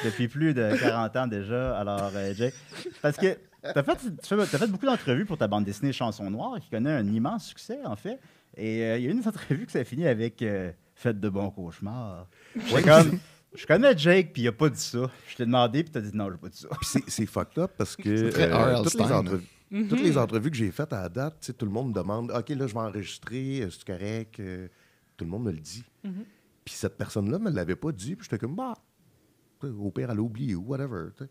S2: depuis plus de 40 ans déjà. Alors, euh, Jake, parce que t'as fait, tu fais- t'as fait beaucoup d'entrevues pour ta bande dessinée Chanson Noire, qui connaît un immense succès, en fait. Et euh, il y a une des entrevues que ça finit avec euh, Faites de bons cauchemars. J'étais comme, je connais Jake, puis il a pas dit ça. Je t'ai demandé, puis t'as dit non, j'ai pas dit ça.
S4: Puis c'est- c'est fucked up parce que euh,
S5: très R.L.
S4: toutes, les
S5: Stine.
S4: entrevues, toutes les entrevues que j'ai faites à la date, tu sais, tout le monde me demande OK, là, je vais enregistrer, euh, c'est correct. euh, tout le monde me le dit. Puis cette personne-là me l'avait pas dit. Puis j'étais comme, bah, tu sais, au pire, elle a oublié ou whatever. tu sais.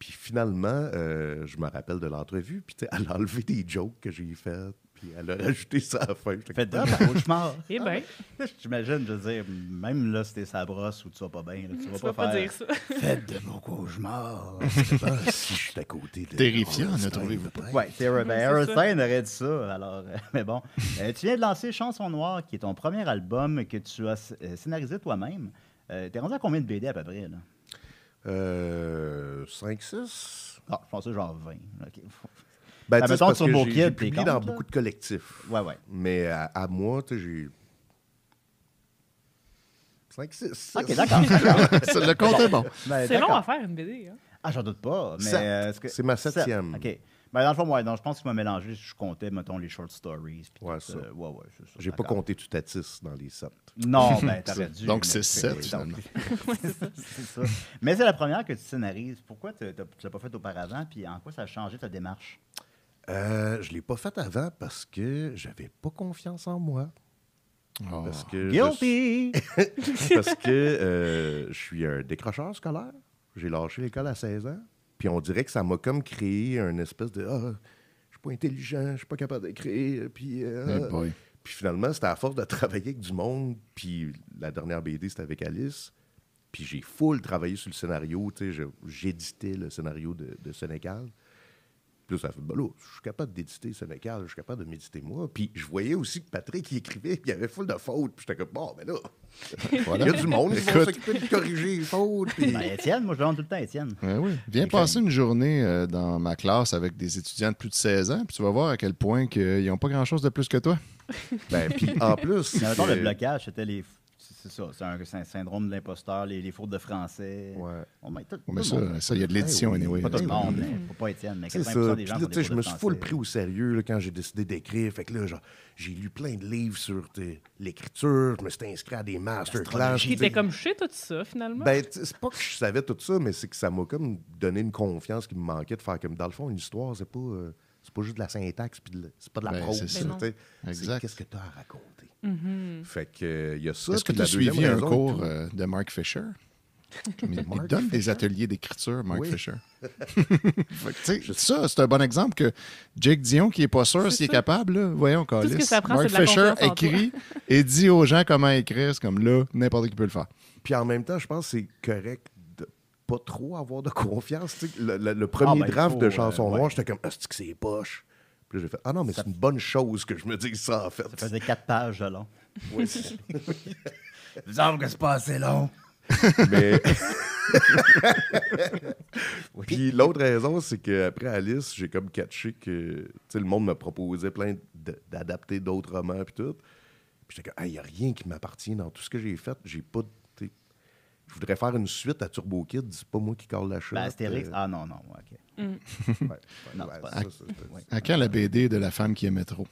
S4: Puis finalement, euh, je me rappelle de l'entrevue. Puis tu sais, elle a enlevé des jokes que j'ai faites. Puis elle a rajouté ça à la fin. J'étais
S2: Fait
S4: comme, Ah!
S2: de cauchemar.
S3: Eh ben,
S2: J'imagine, je veux dire, même là, si t'es sa brosse ou tu vas pas bien, là, tu vas
S3: tu
S2: pas,
S3: vas pas
S2: faire.
S3: dire ça.
S2: Faites de vos cauchemars.
S4: Je sais pas Ah, si je suis à côté de.
S5: Terrifiant, ne
S4: Einstein.
S5: trouvez-vous pas?
S2: ouais, c'est ben,
S3: c'est
S2: Einstein aurait dit ça. Alors, euh, mais bon, Euh, tu viens de lancer Chanson Noire, qui est ton premier album que tu as euh, scénarisé toi-même. Euh, T'es rendu à combien de BD à peu près là
S4: Euh, 5-6.
S2: Ah, je pensais genre 20. OK.
S4: Ben,
S2: Ah,
S4: tu sais, c'est
S2: mettons,
S4: parce
S2: sur
S4: que
S2: Beau
S4: j'ai-
S2: Kid,
S4: j'ai
S2: t'es
S4: publié
S2: contre, là?
S4: dans beaucoup de collectifs.
S2: Ouais, ouais.
S4: Mais à, à moi, tu sais, j'ai... 5, 6.
S2: OK, d'accord. d'accord.
S5: le compte est bon.
S2: Ben,
S3: C'est long
S2: d'accord.
S3: à faire une BD. Hein?
S2: Ah, j'en doute pas. mais,
S4: Sept.
S2: euh, est-ce que-
S4: C'est ma
S2: Sept,
S4: septième.
S2: OK. Ben, dans le fond, ouais, non, je pense qu'il m'a mélangé. Je comptais, mettons, les short stories. puis
S4: Ouais,
S2: tout,
S4: ça.
S2: euh, ouais, ouais, c'est ça.
S4: J'ai pas
S2: d'accord.
S4: compté Tutatis dans les 7.
S2: Non, ben, t'aurais dû.
S5: Donc,
S2: mais
S5: c'est sept,
S2: donc,
S5: finalement.
S2: c'est ça, c'est ça. Mais c'est la première que tu scénarises. Pourquoi t'as- t'as- tu l'as pas fait auparavant? Puis en quoi ça a changé ta démarche?
S4: Euh, je l'ai pas fait avant parce que j'avais pas confiance en moi.
S5: Oh.
S4: Parce que je
S2: Guilty!
S4: suis- parce que euh, je suis un décrocheur scolaire. J'ai lâché l'école à 16 ans. Puis on dirait que ça m'a comme créé un espèce de... Ah, je suis pas intelligent, je suis pas capable d'écrire. Puis... euh,
S5: Eh boy.
S4: Puis finalement, c'était à force de travailler avec du monde. Puis la dernière BD, c'était avec Alice. Puis j'ai full travaillé sur le scénario. tu sais, je- J'éditais le scénario de, de Sénécal. Puis là, ça fait, ben là, je suis capable d'éditer Sénécal, je suis capable de méditer moi. Puis je voyais aussi que Patrick, il écrivait, puis il y avait full de fautes. Puis j'étais comme, bon, ben là,
S5: Voilà.
S4: il y a du monde qui va
S5: Écoute.
S4: s'occuper de corriger les fautes. puis-
S2: Ben, Étienne, moi, je demande tout le temps à Étienne.
S5: Ouais, Eh oui. Viens
S2: Écoute.
S5: passer une journée euh, dans ma classe avec des étudiants de plus de 16 ans, puis tu vas voir à quel point qu'ils n'ont pas grand-chose de plus que toi.
S4: Ben, puis en plus...
S2: Mais mettons, le
S4: euh,
S2: blocage, c'était les. C'est c'est ça, c'est un, c'est un syndrome de l'imposteur, les, les fautes de français.
S4: Ouais.
S2: On met tout,
S5: Oh, mais
S2: tout le monde.
S5: ça, ça, il y a de l'édition,
S4: Eh oui,
S5: anyway. Ben
S2: Pas tout le
S5: C'est
S2: monde, mais faut pas Étienne, mais
S4: C'est
S2: 80%
S4: ça.
S2: des
S4: Puis
S2: gens
S4: là,
S2: font des
S4: tu sais,
S2: fautes
S4: je
S2: de
S4: me suis full
S2: français.
S4: pris au sérieux là, quand j'ai décidé d'écrire. Fait que là, genre, j'ai lu plein de livres sur tu sais, l'écriture. Je me suis inscrit à des masterclass.
S3: Qui
S4: tu
S3: était
S4: sais.
S3: comme chez tout ça, finalement.
S4: Ben, tu sais, c'est pas que je savais tout ça, mais c'est que ça m'a comme donné une confiance qui me manquait de faire comme, dans le fond, une histoire, c'est pas, euh, c'est pas juste de la syntaxe, puis de la- c'est pas de la
S5: Ben,
S4: prose.
S5: c'est
S4: tu
S5: ça.
S4: sais.
S3: Ben non.
S4: C'est
S5: Exact.
S4: Qu'est-ce que t'as à raconter? Fait que, euh, il y a ça.
S5: Est-ce que
S4: puis
S5: tu as
S4: la deuxième
S5: suivi un
S4: raison et
S5: cours
S4: tout.
S5: euh, de Mark Fisher? Il, il
S4: Mark
S5: donne des
S4: Fisher?
S5: ateliers d'écriture, Mark
S4: Oui.
S5: Fisher. Fait que, tu sais, ça, c'est un bon exemple que Jake Dion, qui est pas sûr
S3: C'est
S5: s'il est
S3: ça.
S5: capable, là, voyons, Carlis.
S3: ce que ça prend,
S5: Mark
S3: c'est de la
S5: Fisher
S3: confiance en toi.
S5: écrit et dit aux gens comment écrire. C'est comme là, n'importe qui peut le faire.
S4: Puis en même temps, je pense que c'est correct de pas trop avoir de confiance. Tu sais, le, le- le premier
S2: Ah, ben,
S4: draft
S2: faut,
S4: de Chanson
S2: euh, ouais.
S4: Noire, j'étais comme, est-ce que c'est poche? Puis là, j'ai fait, ah non, mais c'est une bonne chose que je me dise ça, en fait.
S2: Ça faisait quatre pages de long.
S4: Oui, c'est-
S2: Bizarre que c'est pas assez long.
S4: mais... Puis l'autre raison, c'est qu'après Alice, j'ai comme catché que tu sais, le monde me proposait plein de- d'adapter d'autres romans puis tout. Puis j'étais comme, il n'y a rien qui m'appartient dans tout ce que j'ai fait. J'ai pas de- tu sais, Je voudrais faire une suite à Turbo Kid, c'est pas moi qui colle la euh. chose.
S2: Ben, Astérix, ah non, non, ok.
S4: Ouais.
S2: Non,
S4: Ouais,
S2: c'est pas-
S4: ça, ça, c'est-
S2: Ouais.
S5: À quand la BD de la femme qui aimait trop?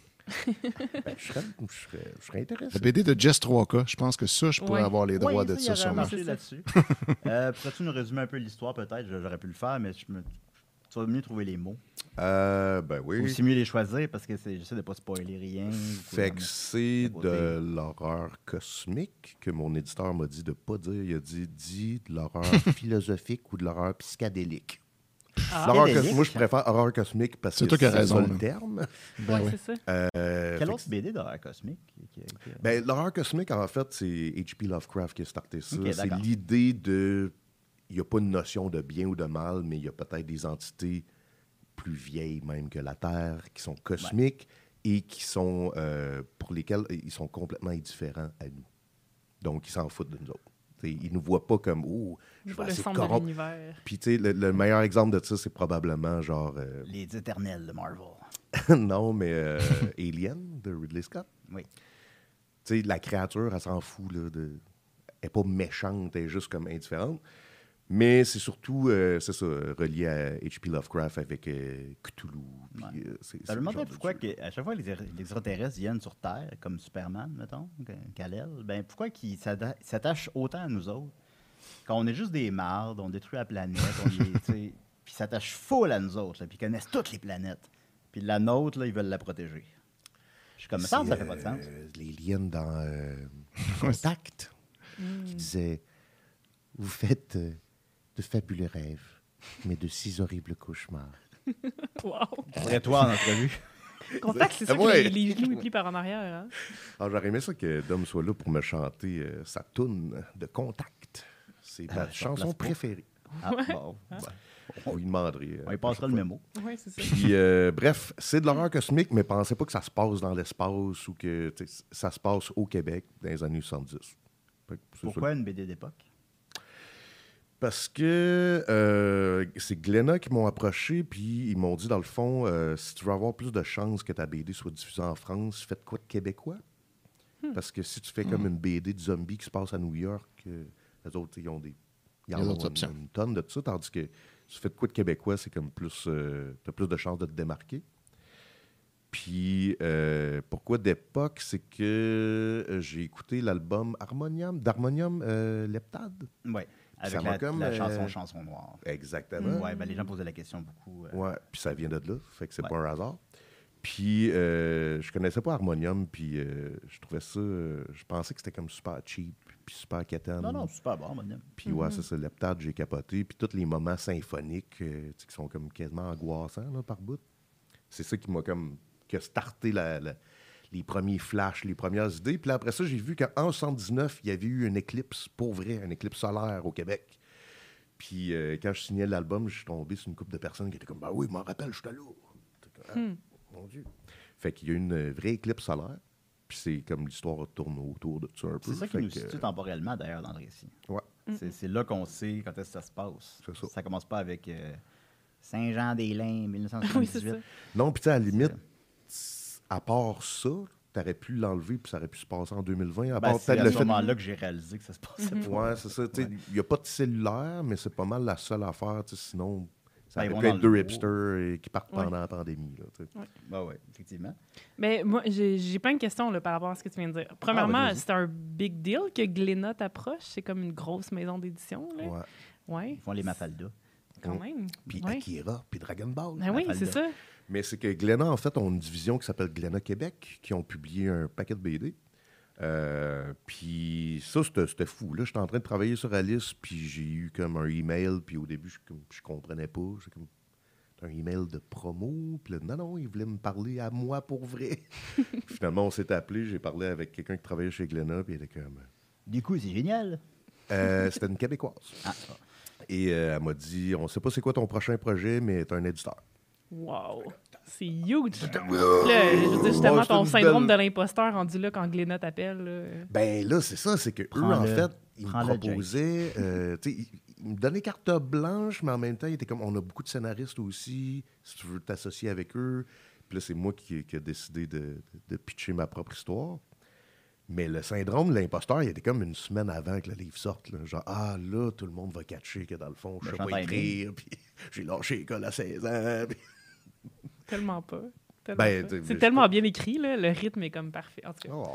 S4: ben, je, serais, je, serais, je serais
S5: La
S4: intéressé.
S5: BD de Jess 3K, je pense que ça, je pourrais
S3: Ouais.
S5: avoir les droits
S2: Oui,
S5: de ça,
S2: il y aurait
S5: sûrement.
S2: marché là-dessus. Euh, Pourrais-tu nous résumer un peu l'histoire, peut-être? Je- J'aurais pu le faire, mais je me- tu vas mieux trouver les mots.
S4: Euh, ben oui.
S2: Ou c'est mieux les choisir, parce que c'est- j'essaie de pas spoiler rien. ou quoi,
S4: Fait que
S2: mais-
S4: c'est
S2: Côté.
S4: de l'horreur cosmique que mon éditeur m'a dit de pas dire. Il a dit dit de l'horreur philosophique ou de l'horreur psychédélique.
S3: Ah.
S4: L'horreur
S2: Psychédélique.
S4: cos- Moi, je préfère horreur cosmique parce
S5: C'est
S4: que
S5: toi qui as
S4: ça
S5: raison,
S4: le
S5: là.
S4: terme.
S5: Ben
S3: ouais,
S5: oui.
S3: c'est ça.
S4: Euh, fait
S2: Quelle
S4: que
S2: autre BD d'horreur cosmique? qui- qui- qui-
S4: Ben, l'horreur cosmique, en fait, c'est H.P. Lovecraft qui a starté ça.
S2: Ok,
S4: c'est
S2: d'accord.
S4: l'idée de. Il n'y a pas une notion de bien ou de mal, mais il y a peut-être des entités plus vieilles même que la Terre, qui sont cosmiques et qui sont. euh, pour lesquelles ils sont complètement indifférents à nous. Donc, ils s'en foutent de nous autres. T'sais, ils ne nous voient pas comme. Oh,
S3: Je
S4: je vais
S3: vois le
S4: essayer de
S3: centre de
S4: corrompre.
S3: l'univers.
S4: Puis, tu sais, le, le meilleur exemple de ça, c'est probablement genre. euh,
S2: Les Éternels de Marvel.
S4: non, mais euh, Alien de Ridley Scott.
S2: Oui.
S4: tu sais, la créature, elle s'en fout. Là, de... Elle n'est pas méchante, elle est juste comme indifférente. Mais c'est surtout, euh, c'est ça, euh, relié à H.P. Lovecraft avec euh, Cthulhu. puis,
S2: Ouais.
S4: euh, c'est-
S2: Ça
S4: c'est
S2: me
S4: le
S2: demandait
S4: genre de
S2: pourquoi,
S4: truc.
S2: que, à chaque fois que les, er-, les extraterrestres viennent sur Terre, comme Superman, mettons, que- Kal-El, ben, pourquoi qu'ils s'ada- s'attachent autant à nous autres? Quand on est juste des mardes, on détruit la planète, on est, tu sais, puis ils s'attachent full à nous autres, là, puis ils connaissent toutes les planètes. Puis la nôtre, là, ils veulent la protéger. Je suis comme ça,
S4: C'est,
S2: ça fait pas de sens.
S4: euh, les liens dans euh,
S5: Ouais.
S4: Contact. qui disait Vous faites euh, de fabuleux rêves, mais de si horribles cauchemars.
S3: Wow.
S4: euh,
S2: Après toi en entrevue.
S3: Contact, c'est ça que
S4: Ouais.
S3: les, les genoux ils plient par en arrière. Hein?
S4: Alors, Ah, j'aurais aimé ça que Dom soit là pour me chanter euh, sa toune de contact. C'est ma
S2: ouais, ça
S4: chanson
S2: Ah, place pas.
S4: préférée.
S2: Ah, bon.
S4: On lui demanderait. euh,
S2: On lui
S4: à chaque
S2: passera le
S4: fois.
S2: mémo.
S3: Oui, c'est ça.
S4: Puis, euh, bref, c'est de l'horreur cosmique, mais pensez pas que ça se passe dans l'espace ou que tu sais, ça se passe au Québec dans les années 70. Fait que c'est ça.
S2: Pourquoi une BD d'époque?
S4: Parce que euh, c'est Glenna qui m'ont approché, puis ils m'ont dit, dans le fond, euh, si tu veux avoir plus de chances que ta BD soit diffusée en France, fais de quoi de québécois? Parce que si tu
S5: Hmm.
S4: fais comme une BD de zombies qui se passe à New York, euh, les autres, ils ont des. Ils en
S5: Les
S4: ont
S5: autres
S4: une-
S5: options.
S4: une tonne de tout ça, tandis que tu fais de quoi de québécois, c'est comme plus. euh, t'as plus de chances de te démarquer. Puis, euh, pourquoi d'époque, c'est que euh, j'ai écouté l'album Harmonium, d'Harmonium euh, Leptade.
S2: Oui. Avec
S4: Ça m'a
S2: la,
S4: comme,
S2: la
S4: euh,
S2: chanson Chanson Noire.
S4: Exactement.
S2: Ouais, ben, les gens posaient la question beaucoup. euh,
S4: Ouais, puis ça vient de là, fait que c'est
S2: Ouais.
S4: pas un hasard. Puis euh, je connaissais pas Harmonium, puis euh, je trouvais ça, euh, je pensais que c'était comme super cheap, puis super quétaine.
S2: Non, non, super bon, mon homme.
S4: Puis ouais, ça c'est l'heptade, j'ai capoté, puis tous les moments symphoniques euh, tu sais, qui sont comme quasiment angoissants là, par bout. C'est ça qui m'a comme qui a starté la- la- les premiers flashs, les premières idées. Puis là, après ça, j'ai vu qu'en 79, il y avait eu une éclipse, pour vrai, une éclipse solaire au Québec. Puis euh, quand je signais l'album, je suis tombé sur une couple de personnes qui étaient comme, ben oui, je m'en rappelle, je te lourd.
S2: Hmm.
S4: Mon Dieu. Fait qu'il y a eu une euh, vraie éclipse solaire. Puis c'est comme l'histoire tourne autour de ça un peu.
S2: C'est ça qui
S4: Fait
S2: nous
S4: que, euh,
S2: situe temporellement, d'ailleurs, dans le récit.
S4: ouais.
S2: C'est- C'est là qu'on sait quand est-ce que ça se passe.
S4: C'est ça.
S2: commence pas avec euh, Saint-Jean-des-Lins,
S3: Oui, c'est ça.
S2: 1978.
S4: Non, puis tu sais, à la limite, à part ça, t'aurais pu l'enlever, puis ça aurait pu se passer en 2020. À
S2: Ben,
S4: part
S2: c'est
S4: peut-être
S2: à
S4: le
S2: ce
S4: fait.
S2: moment-là que j'ai réalisé que ça se passait
S3: Mm-hmm.
S2: pas.
S4: Ouais, c'est ça. Il n'y a pas de cellulaire, mais c'est pas mal la seule affaire. tu sais, Sinon, ça
S2: Ben, ils
S4: aurait
S2: vont
S4: pu
S2: dans
S4: être deux
S2: le
S4: hipsters euh, qui partent
S3: Ouais.
S4: pendant la pandémie. là, tu sais.
S2: Ben ouais, effectivement.
S3: Mais moi, j'ai j'ai plein de questions là, par rapport à ce que tu viens de dire. Premièrement,
S4: vas-y.
S3: c'est un big deal que Glénat t'approche. C'est comme une grosse maison d'édition. là.
S4: Ouais.
S3: Ouais,
S2: Ils font les Mafalda.
S3: quand même.
S4: Puis
S3: Ouais.
S4: Akira, puis Dragon Ball.
S3: Ben oui, c'est
S2: Mafalda.
S3: ça.
S4: Mais c'est que Glénat, en fait, ont une division qui s'appelle Glénat Québec, qui ont publié un paquet de BD. Euh, puis ça, c'était c'était fou. Là, j'étais en train de travailler sur Alice, puis j'ai eu comme un email, puis au début, je, comme- je comprenais pas. C'est comme un email de promo, puis là, non, non, ils voulaient me parler à moi pour vrai. Finalement, on s'est appelé, j'ai parlé avec quelqu'un qui travaillait chez Glénat, puis il était comme...
S2: Du coup, c'est génial. Ah,
S4: Euh, c'était une Québécoise. Et euh, elle m'a dit, on sait pas c'est quoi ton prochain projet, mais t'es un éditeur.
S3: Wow. C'est huge. Là, je veux dire, justement,
S4: Ouais, c'est
S3: ton
S4: une
S3: syndrome
S4: belle-
S3: de l'imposteur rendu là quand Glénat t'appelle. là.
S4: Ben là, c'est ça, c'est que eux,
S2: Prends-le.
S4: en fait, ils me
S2: Prends-le, Jake.
S4: proposaient, euh, tu sais, ils, ils me donnaient carte blanche, mais en même temps, ils étaient comme, on a beaucoup de scénaristes aussi, si tu veux t'associer avec eux. Puis là, c'est moi qui, qui a décidé de, de pitcher ma propre histoire. Mais le syndrome de l'imposteur, il était comme une semaine avant que le livre sorte. là. Genre, ah là, tout le monde va catcher que dans le fond, je
S2: Ben,
S4: sais pas
S2: j'entends
S4: écrire, puis j'ai lâché l'école à 16 ans. puis-
S3: Tellement pas. Tellement
S4: Ben,
S3: pas.
S4: t'es-
S3: C'est
S4: je-
S3: tellement bien écrit, là. le rythme est comme parfait. En tout cas.
S4: Oh,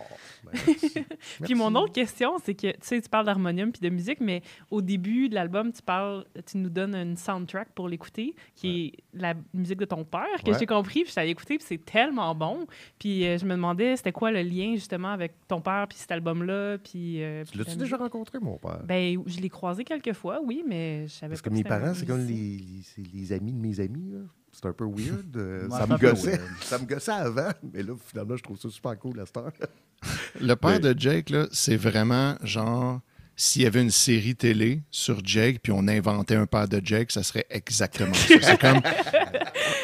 S4: ben, merci.
S3: Puis mon
S4: Merci.
S3: autre question, c'est que tu sais, tu parles d'harmonium puis de musique, mais au début de l'album, tu parles, tu nous donnes une soundtrack pour l'écouter, qui est la musique de ton père, que
S4: Ouais.
S3: j'ai compris, puis je t'avais écouté, puis c'est tellement bon. Puis euh, je me demandais, c'était quoi le lien justement avec ton père, puis cet album-là, puis. euh,
S4: Tu
S3: puis
S4: l'as-tu
S3: ta
S4: déjà
S3: musique?
S4: rencontré, mon père?
S3: Ben, je l'ai croisé quelques fois, oui, mais je savais
S4: Parce
S3: pas
S4: que mes
S3: c'était un
S4: parents, c'est comme
S3: musicien.
S4: les, les- c'est les amis de mes amis. là. C'est un peu weird. euh,
S2: Ouais,
S4: ça,
S2: c'est
S4: me
S2: un peu
S4: gossait,
S2: weird.
S4: ça me gossait avant, mais là, finalement, je trouve ça super cool à cette heure.
S5: Le père de Jake, là, c'est vraiment genre s'il y avait une série télé sur Jake, puis on inventait un père de Jake, ça serait exactement ça. C'est comme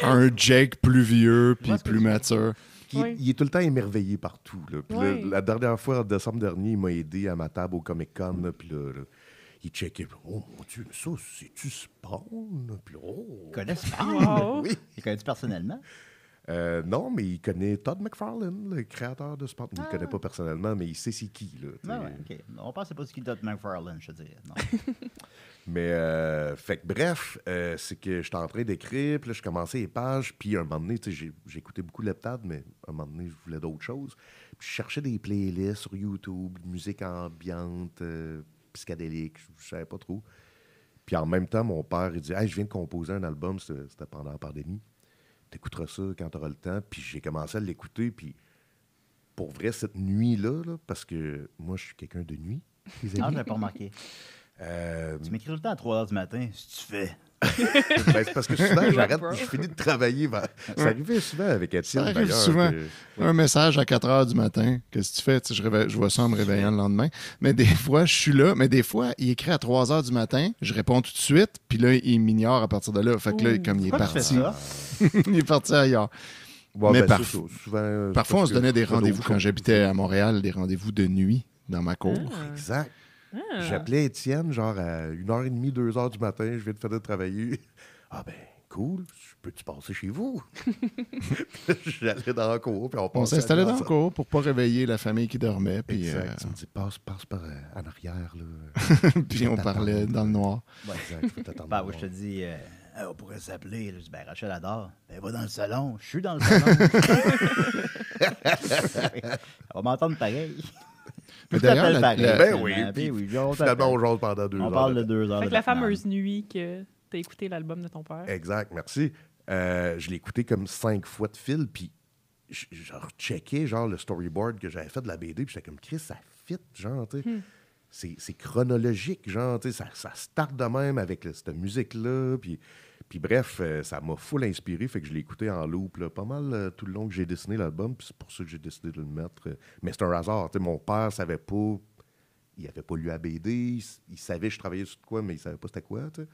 S5: un Jake plus vieux, puis
S2: Ouais, c'est-
S5: plus mature.
S4: Puis il-
S3: Oui.
S4: Il est tout le temps émerveillé partout. là. Puis là,
S3: Ouais.
S4: la dernière fois, en décembre dernier, il m'a aidé à ma table au Comic Con. là, Puis là, là, il checkait. Oh mon Dieu, mais ça, c'est-tu Spawn? Puis là, oh.
S2: Ils connaissent pas.
S3: Wow.
S4: Oui.
S2: Ils connaissent personnellement.
S4: Euh, non, mais il connaît Todd McFarlane, le créateur de Spawn. Il ne connaît pas personnellement, mais il sait c'est qui. Là, tu sais.
S2: Non, Ah ouais, ok. On pensait pas ce qu'il dote McFarlane, je veux dire. Non.
S4: Mais, euh, fait que bref, euh, c'est que j'étais en train d'écrire, puis là, je commençais les pages, puis un moment donné, tu sais, j'ai- j'écoutais beaucoup de Leptade, mais un moment donné, je voulais d'autres choses. Puis je cherchais des playlists sur YouTube, de musique ambiante, euh, psychédélique, je- je savais pas trop. Puis en même temps, mon père, il dit Hey, je viens de composer un album, c'était c'était pendant la pandémie. T'écouteras ça quand t'auras le temps. Puis j'ai commencé à l'écouter, puis pour vrai, cette nuit-là, là, parce que moi, je suis quelqu'un de nuit, Tes
S2: Ah,
S4: amis?
S2: j'avais pas remarqué.
S4: Euh,
S2: Tu m'écris tout le temps à 3 h du matin. Si tu fais.
S4: ben, c'est parce que souvent, j'arrête,
S3: bro.
S4: je finis de travailler. vers- Ça arrivait souvent avec Étienne.
S5: Ça arrive
S4: d'ailleurs,
S5: souvent.
S4: que-
S5: Un message à 4 heures du matin. Qu'est-ce que tu fais? Tu sais, Je, réveille- je vois ça en me réveillant le lendemain. Mais des fois, je suis là. Mais des fois, il écrit à 3 heures du matin. Je réponds tout de suite. Puis là, il m'ignore à partir de là. Fait que là,
S3: Ouh.
S5: comme il est
S2: Pourquoi tu fais
S5: parti,
S2: ça?
S5: il est parti ailleurs.
S4: Ouais,
S5: Mais
S4: ben, ça,
S5: parf-
S4: sou- souvent, euh,
S5: Parfois, on
S4: parce
S5: se
S4: que-
S5: donnait des
S4: parce que
S5: rendez-vous
S4: au
S5: quand j'habitais à Montréal, des rendez-vous de nuit dans ma cour.
S4: Exact.
S3: Ah.
S4: J'appelais Étienne, genre à 1h30, 2h du matin, je viens de faire de travailler. Ah ben, cool, peux-tu passer chez vous? Puis J'allais dans la cour, puis on
S5: On
S4: passait.
S5: s'installait dans le
S4: ensemble.
S5: cours pour pas réveiller la famille qui dormait. Puis,
S4: Exact. Tu me dis, passe, passe par euh, en arrière, là.
S5: euh, puis on parlait dans le noir.
S4: Exact, faut t'attendre.
S2: Bah, ouais, je te dis, euh, Hey, on pourrait s'appeler. là. Je dis, ben, Rachel adore. Ben, va dans le salon. Je suis dans le salon. on va m'entendre pareil.
S5: Mais d'ailleurs, la- la-
S4: Ben oui, puis
S2: Ben oui, on t'appelle.
S4: Finalement, on jase pendant deux
S2: On
S4: heures
S2: parle
S4: de
S2: de deux heures.
S3: Fait que
S2: de
S3: la
S2: temps.
S3: fameuse nuit que t'as écouté l'album de ton père.
S4: Exact, merci. Euh, je l'ai écouté comme cinq fois de fil, puis je, je recheckais genre le storyboard que j'avais fait de la BD, puis j'étais comme, Chris, ça fit, genre, tu sais. C'est- C'est chronologique, genre, tu sais, ça, ça start de même avec le- cette musique-là, puis... Puis bref, euh, ça m'a full inspiré, fait que je l'ai écouté en loop là, pas mal euh, tout le long que j'ai dessiné l'album, puis c'est pour ça que j'ai décidé de le mettre. euh, Mais c'est un hasard, tu sais, mon père savait pas il avait pas lu ABD, il, s- il savait que je travaillais sur de quoi, mais il savait pas c'était quoi, tu sais.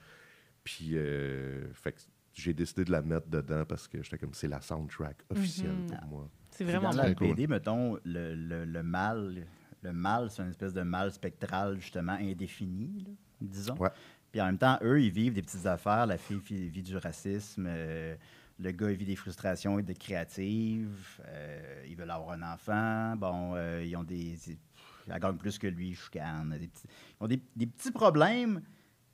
S4: Puis, euh, fait que j'ai décidé de la mettre dedans parce que j'étais comme, c'est la soundtrack officielle pour moi.
S3: C'est
S2: Puis
S3: vraiment
S2: dans la
S5: très cool.
S2: BD, mettons, le, le, le mal, le mal, c'est une espèce de mal spectral, justement, indéfini, là, disons.
S4: Ouais.
S2: Puis en même temps, eux, ils vivent des petites affaires. La fille fi- vit du racisme. euh, le gars, il vit des frustrations et des créatives. euh, ils veulent avoir un enfant. Bon, euh, ils ont des. Elle gagne plus que lui, je chicane. Des petits- ils ont des, des petits problèmes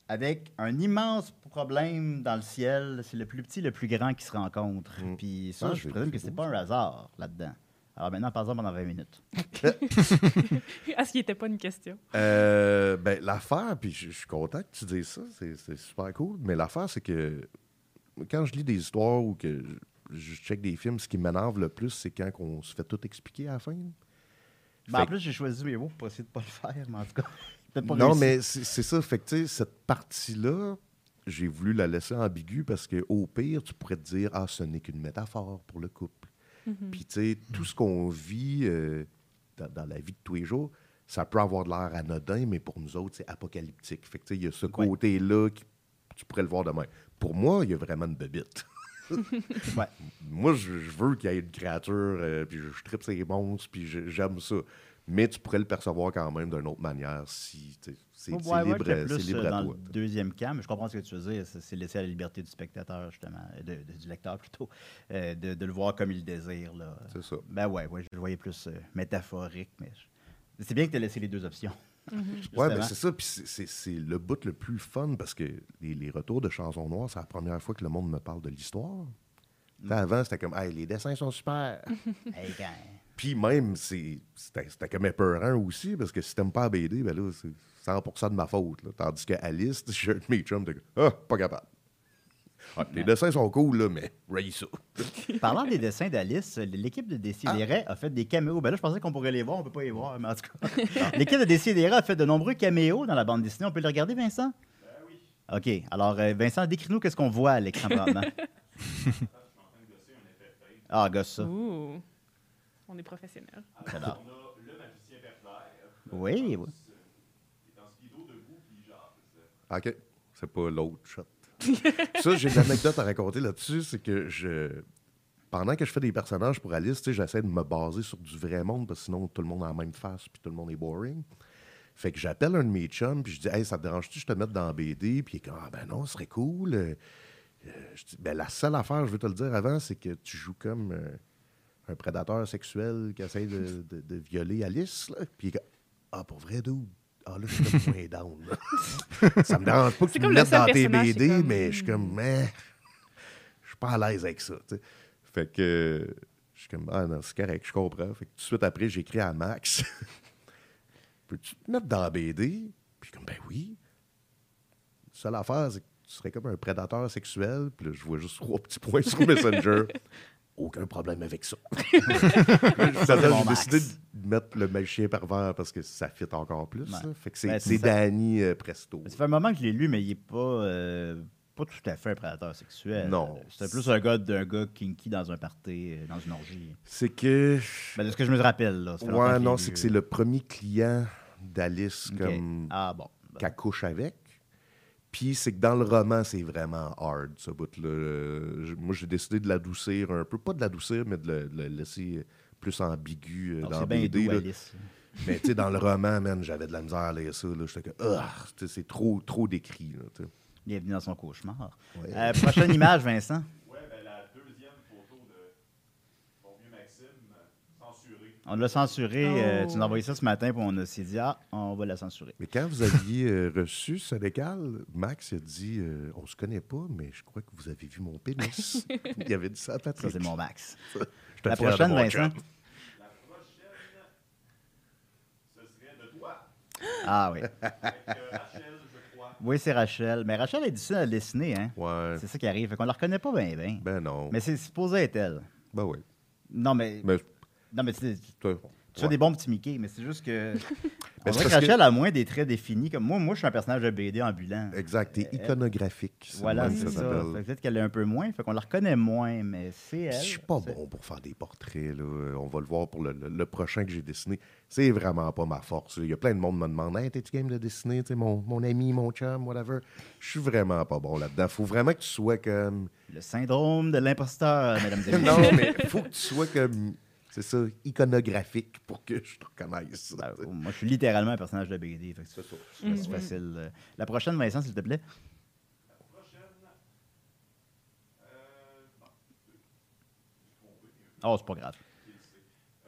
S2: avec un immense problème dans le ciel. C'est le plus petit, le plus grand qui se rencontre. Puis ça,
S4: Ah,
S2: je
S4: c'est-
S2: présume que
S4: c'est
S2: c'est
S4: beau,
S2: pas un hasard là-dedans. Alors maintenant, par exemple, pendant 20 minutes.
S3: Ah, ce qui n'était pas une question.
S4: Euh, ben, l'affaire, puis je je suis content que tu dises ça, c'est c'est super cool, mais l'affaire, c'est que quand je lis des histoires ou que je, je check des films, ce qui m'énerve le plus, c'est quand on se fait tout expliquer à la fin.
S2: Ben,
S4: Fait
S2: en plus, j'ai choisi mes mots pour essayer de pas le faire, mais en tout cas, peut-être pas
S4: non,
S2: réussi.
S4: mais c'est c'est ça. Fait que, tu sais, cette partie-là, j'ai voulu la laisser ambiguë parce qu'au pire, tu pourrais te dire Ah, ce n'est qu'une métaphore pour le couple. Puis, tu sais, tout ce qu'on vit euh, dans, dans la vie de tous les jours, ça peut avoir de l'air anodin, mais pour nous autres, c'est apocalyptique. Fait que, tu sais, il y a ce côté-là qui tu pourrais le voir demain. Pour moi, il y a vraiment une bebite.
S2: Ouais.
S4: Moi, je, je veux qu'il y ait une créature, euh, puis je, je tripe ses monstres, puis je- j'aime ça. Mais tu pourrais le percevoir quand même d'une autre manière si tu sais, c'est
S2: Ouais,
S4: c'est
S2: ouais,
S4: libre,
S2: j'étais
S4: c'est
S2: plus,
S4: libre
S2: euh,
S4: à
S2: dans
S4: toi.
S2: le deuxième camp, mais je comprends ce que tu veux dire. C'est c'est laisser à la liberté du spectateur, justement, euh, de- de- du lecteur plutôt, euh, de, de le voir comme il désire. là.
S4: C'est ça.
S2: Ben ouais, ouais, je le voyais plus euh, métaphorique, mais je- c'est bien que tu as laissé les deux options.
S4: Ouais,
S2: justement.
S4: ben c'est ça. Puis c'est- c'est c'est le bout le plus fun parce que les, les retours de Chansons Noires, c'est la première fois que le monde me parle de l'histoire.
S2: Mm.
S4: Tu sais, Avant, c'était comme, hey, les dessins sont super.
S2: Hey, quand-
S4: Puis même, c'est- c'était c'était comme épeurant aussi, parce que si t'aimes pas la BD, ben là, c'est 100 de ma faute. là. Tandis que Alice, j'ai un de mes chums, de ah, pas capable. Ah, les dessins sont cool, là, mais raye ça.
S2: Parlant des dessins d'Alice, l'équipe de Décideret
S4: Ah.
S2: a fait des caméos. Ben là, je pensais qu'on pourrait les voir, on peut pas les voir, mais en tout cas. l'équipe de Décideret a fait de nombreux caméos dans la bande dessinée. On peut les regarder, Vincent? Ben oui. OK. Alors, euh, Vincent, décris-nous qu'est-ce qu'on voit à l'écran présentement. Ah, gosse ça.
S3: Ouh. On est professionnel.
S2: Alors. Oui, oui.
S4: OK. C'est pas l'autre shot. ça, j'ai une anecdote à raconter là-dessus. C'est que je. Pendant que je fais des personnages pour Alice, tu sais, j'essaie de me baser sur du vrai monde, parce que sinon, tout le monde a la même face, puis tout le monde est boring. Fait que j'appelle un de mes chums, puis je dis Hey, ça te dérange-tu, que je te mette dans la BD Puis il est comme Ah, ben non, ce serait cool. Euh, euh, je dis, ben, la seule affaire, je veux te le dire avant, c'est que tu joues comme euh, un prédateur sexuel qui essaie de, de- de violer Alice. là. Puis il est comme Ah, pour vrai, dude. Ah, là, je suis comme moins down. là. Ça me dérange pas que
S3: C'est
S4: tu me
S3: comme le
S4: mettes
S3: seul
S4: dans tes
S3: personnage, c'est
S4: BD,
S3: comme-
S4: mais je suis comme, mais je suis pas à l'aise avec ça. tu sais. Fait que euh, je suis comme, ah non, c'est correct, je comprends. Fait que tout de suite après, j'écris à Max, peux-tu te mettre dans la BD? Puis comme, ben oui. La seule affaire, c'est que tu serais comme un prédateur sexuel. Puis là, je vois juste trois petits points sur Messenger. aucun problème avec ça. ça
S2: C'est
S4: donne-
S2: bon,
S4: j'ai
S2: Max.
S4: décidé de mettre le magicien pervers parce que ça fit encore plus.
S2: Ouais.
S4: là. Fait que c'est,
S2: Ben, c'est
S4: c'est
S2: ça.
S4: Danny euh, Presto.
S2: Ça fait un moment que je l'ai lu, mais il est pas, euh, pas tout à fait un prédateur sexuel.
S4: Non.
S2: C'est plus un gars d'un gars kinky dans un party, euh, dans une orgie.
S4: C'est que.
S2: Ben, de ce que je me rappelle, là. ça fait longtemps que
S4: Ouais,
S2: je
S4: non,
S2: l'ai
S4: c'est
S2: lu.
S4: que c'est le premier client d'Alice
S2: Ok.
S4: comme
S2: Ah bon. Ben,
S4: qu'elle couche avec. Puis c'est que dans le roman, c'est vraiment hard, ce bout-là. Euh, je- Moi, j'ai décidé de l'adoucir un peu. Pas de l'adoucir, mais de le, de le laisser plus ambigu euh,
S2: donc,
S4: dans
S2: Ah, c'est bien
S4: le BD.
S2: doux,
S4: là.
S2: Alice.
S4: Mais tu sais, dans le roman, man, j'avais de la misère à lire ça. là. J'étais que, ah, tu sais, c'est trop, trop décrit. là, tu sais.
S2: Bienvenue dans son cauchemar. Euh, prochaine image, Vincent.
S7: Ouais, ben la deuxième photo de mon vieux Maxime, euh, censurée.
S2: On l'a censuré. euh,
S3: Oh.
S2: tu nous as envoyé ça ce matin, puis on a s'est dit, ah, on va la censurer.
S4: Mais quand vous aviez euh, reçu ce décal, Max a dit euh, On se connaît pas, mais je crois que vous avez vu mon pénis. Il avait dit ça à
S2: Ça,
S4: Patrick.
S2: c'est mon max.
S4: J'étais
S2: La
S4: fier de
S2: prochaine,
S4: mon
S2: Vincent.
S4: chum.
S7: La prochaine, ce serait de toi,
S2: Ah oui.
S7: avec euh, Rachel, je crois.
S2: Oui, c'est Rachel. Mais Rachel est difficile à dessiner, hein?
S4: Ouais.
S2: C'est ça qui arrive. Fait qu'on la reconnaît pas bien, bien.
S4: Ben non.
S2: Mais c'est supposé être elle.
S4: Ben oui.
S2: Non, mais.
S4: Mais,
S2: Non, mais tu, tu
S4: toi,
S2: as
S4: ouais.
S2: des bons petits Mickey, mais c'est juste que. On
S4: Mais
S2: dirait
S4: c'est
S2: que
S4: parce que-
S2: Rachel a moins des traits définis. Comme moi, moi, je suis un personnage de BD ambulant.
S4: Exact, t'es iconographique. c'est
S2: Euh, Voilà,
S4: le même
S2: c'est
S4: que
S2: ça.
S4: s'appelle.
S2: Fait que Peut-être qu'elle est un peu moins, fait qu'on la reconnaît moins, mais c'est
S4: Puis
S2: elle.
S4: Je suis pas
S2: C'est-
S4: bon pour faire des portraits. là. On va le voir pour le, le- le prochain que j'ai dessiné. C'est vraiment pas ma force. là. Il y a plein de monde qui me demande Hey, t'es-tu game de dessiner Tu sais, mon, mon ami, mon chum, whatever. Je suis vraiment pas bon là-dedans. Faut vraiment que tu sois comme.
S2: Le syndrome de l'imposteur, mesdames et messieurs.
S4: non, mais faut que tu sois comme. C'est ça, iconographique pour que je te reconnaisse.
S2: Ben, moi, je suis littéralement un personnage de BD. fait que C'est c'est facile. euh. La prochaine, Vincent, s'il te plaît. Oh, c'est pas grave.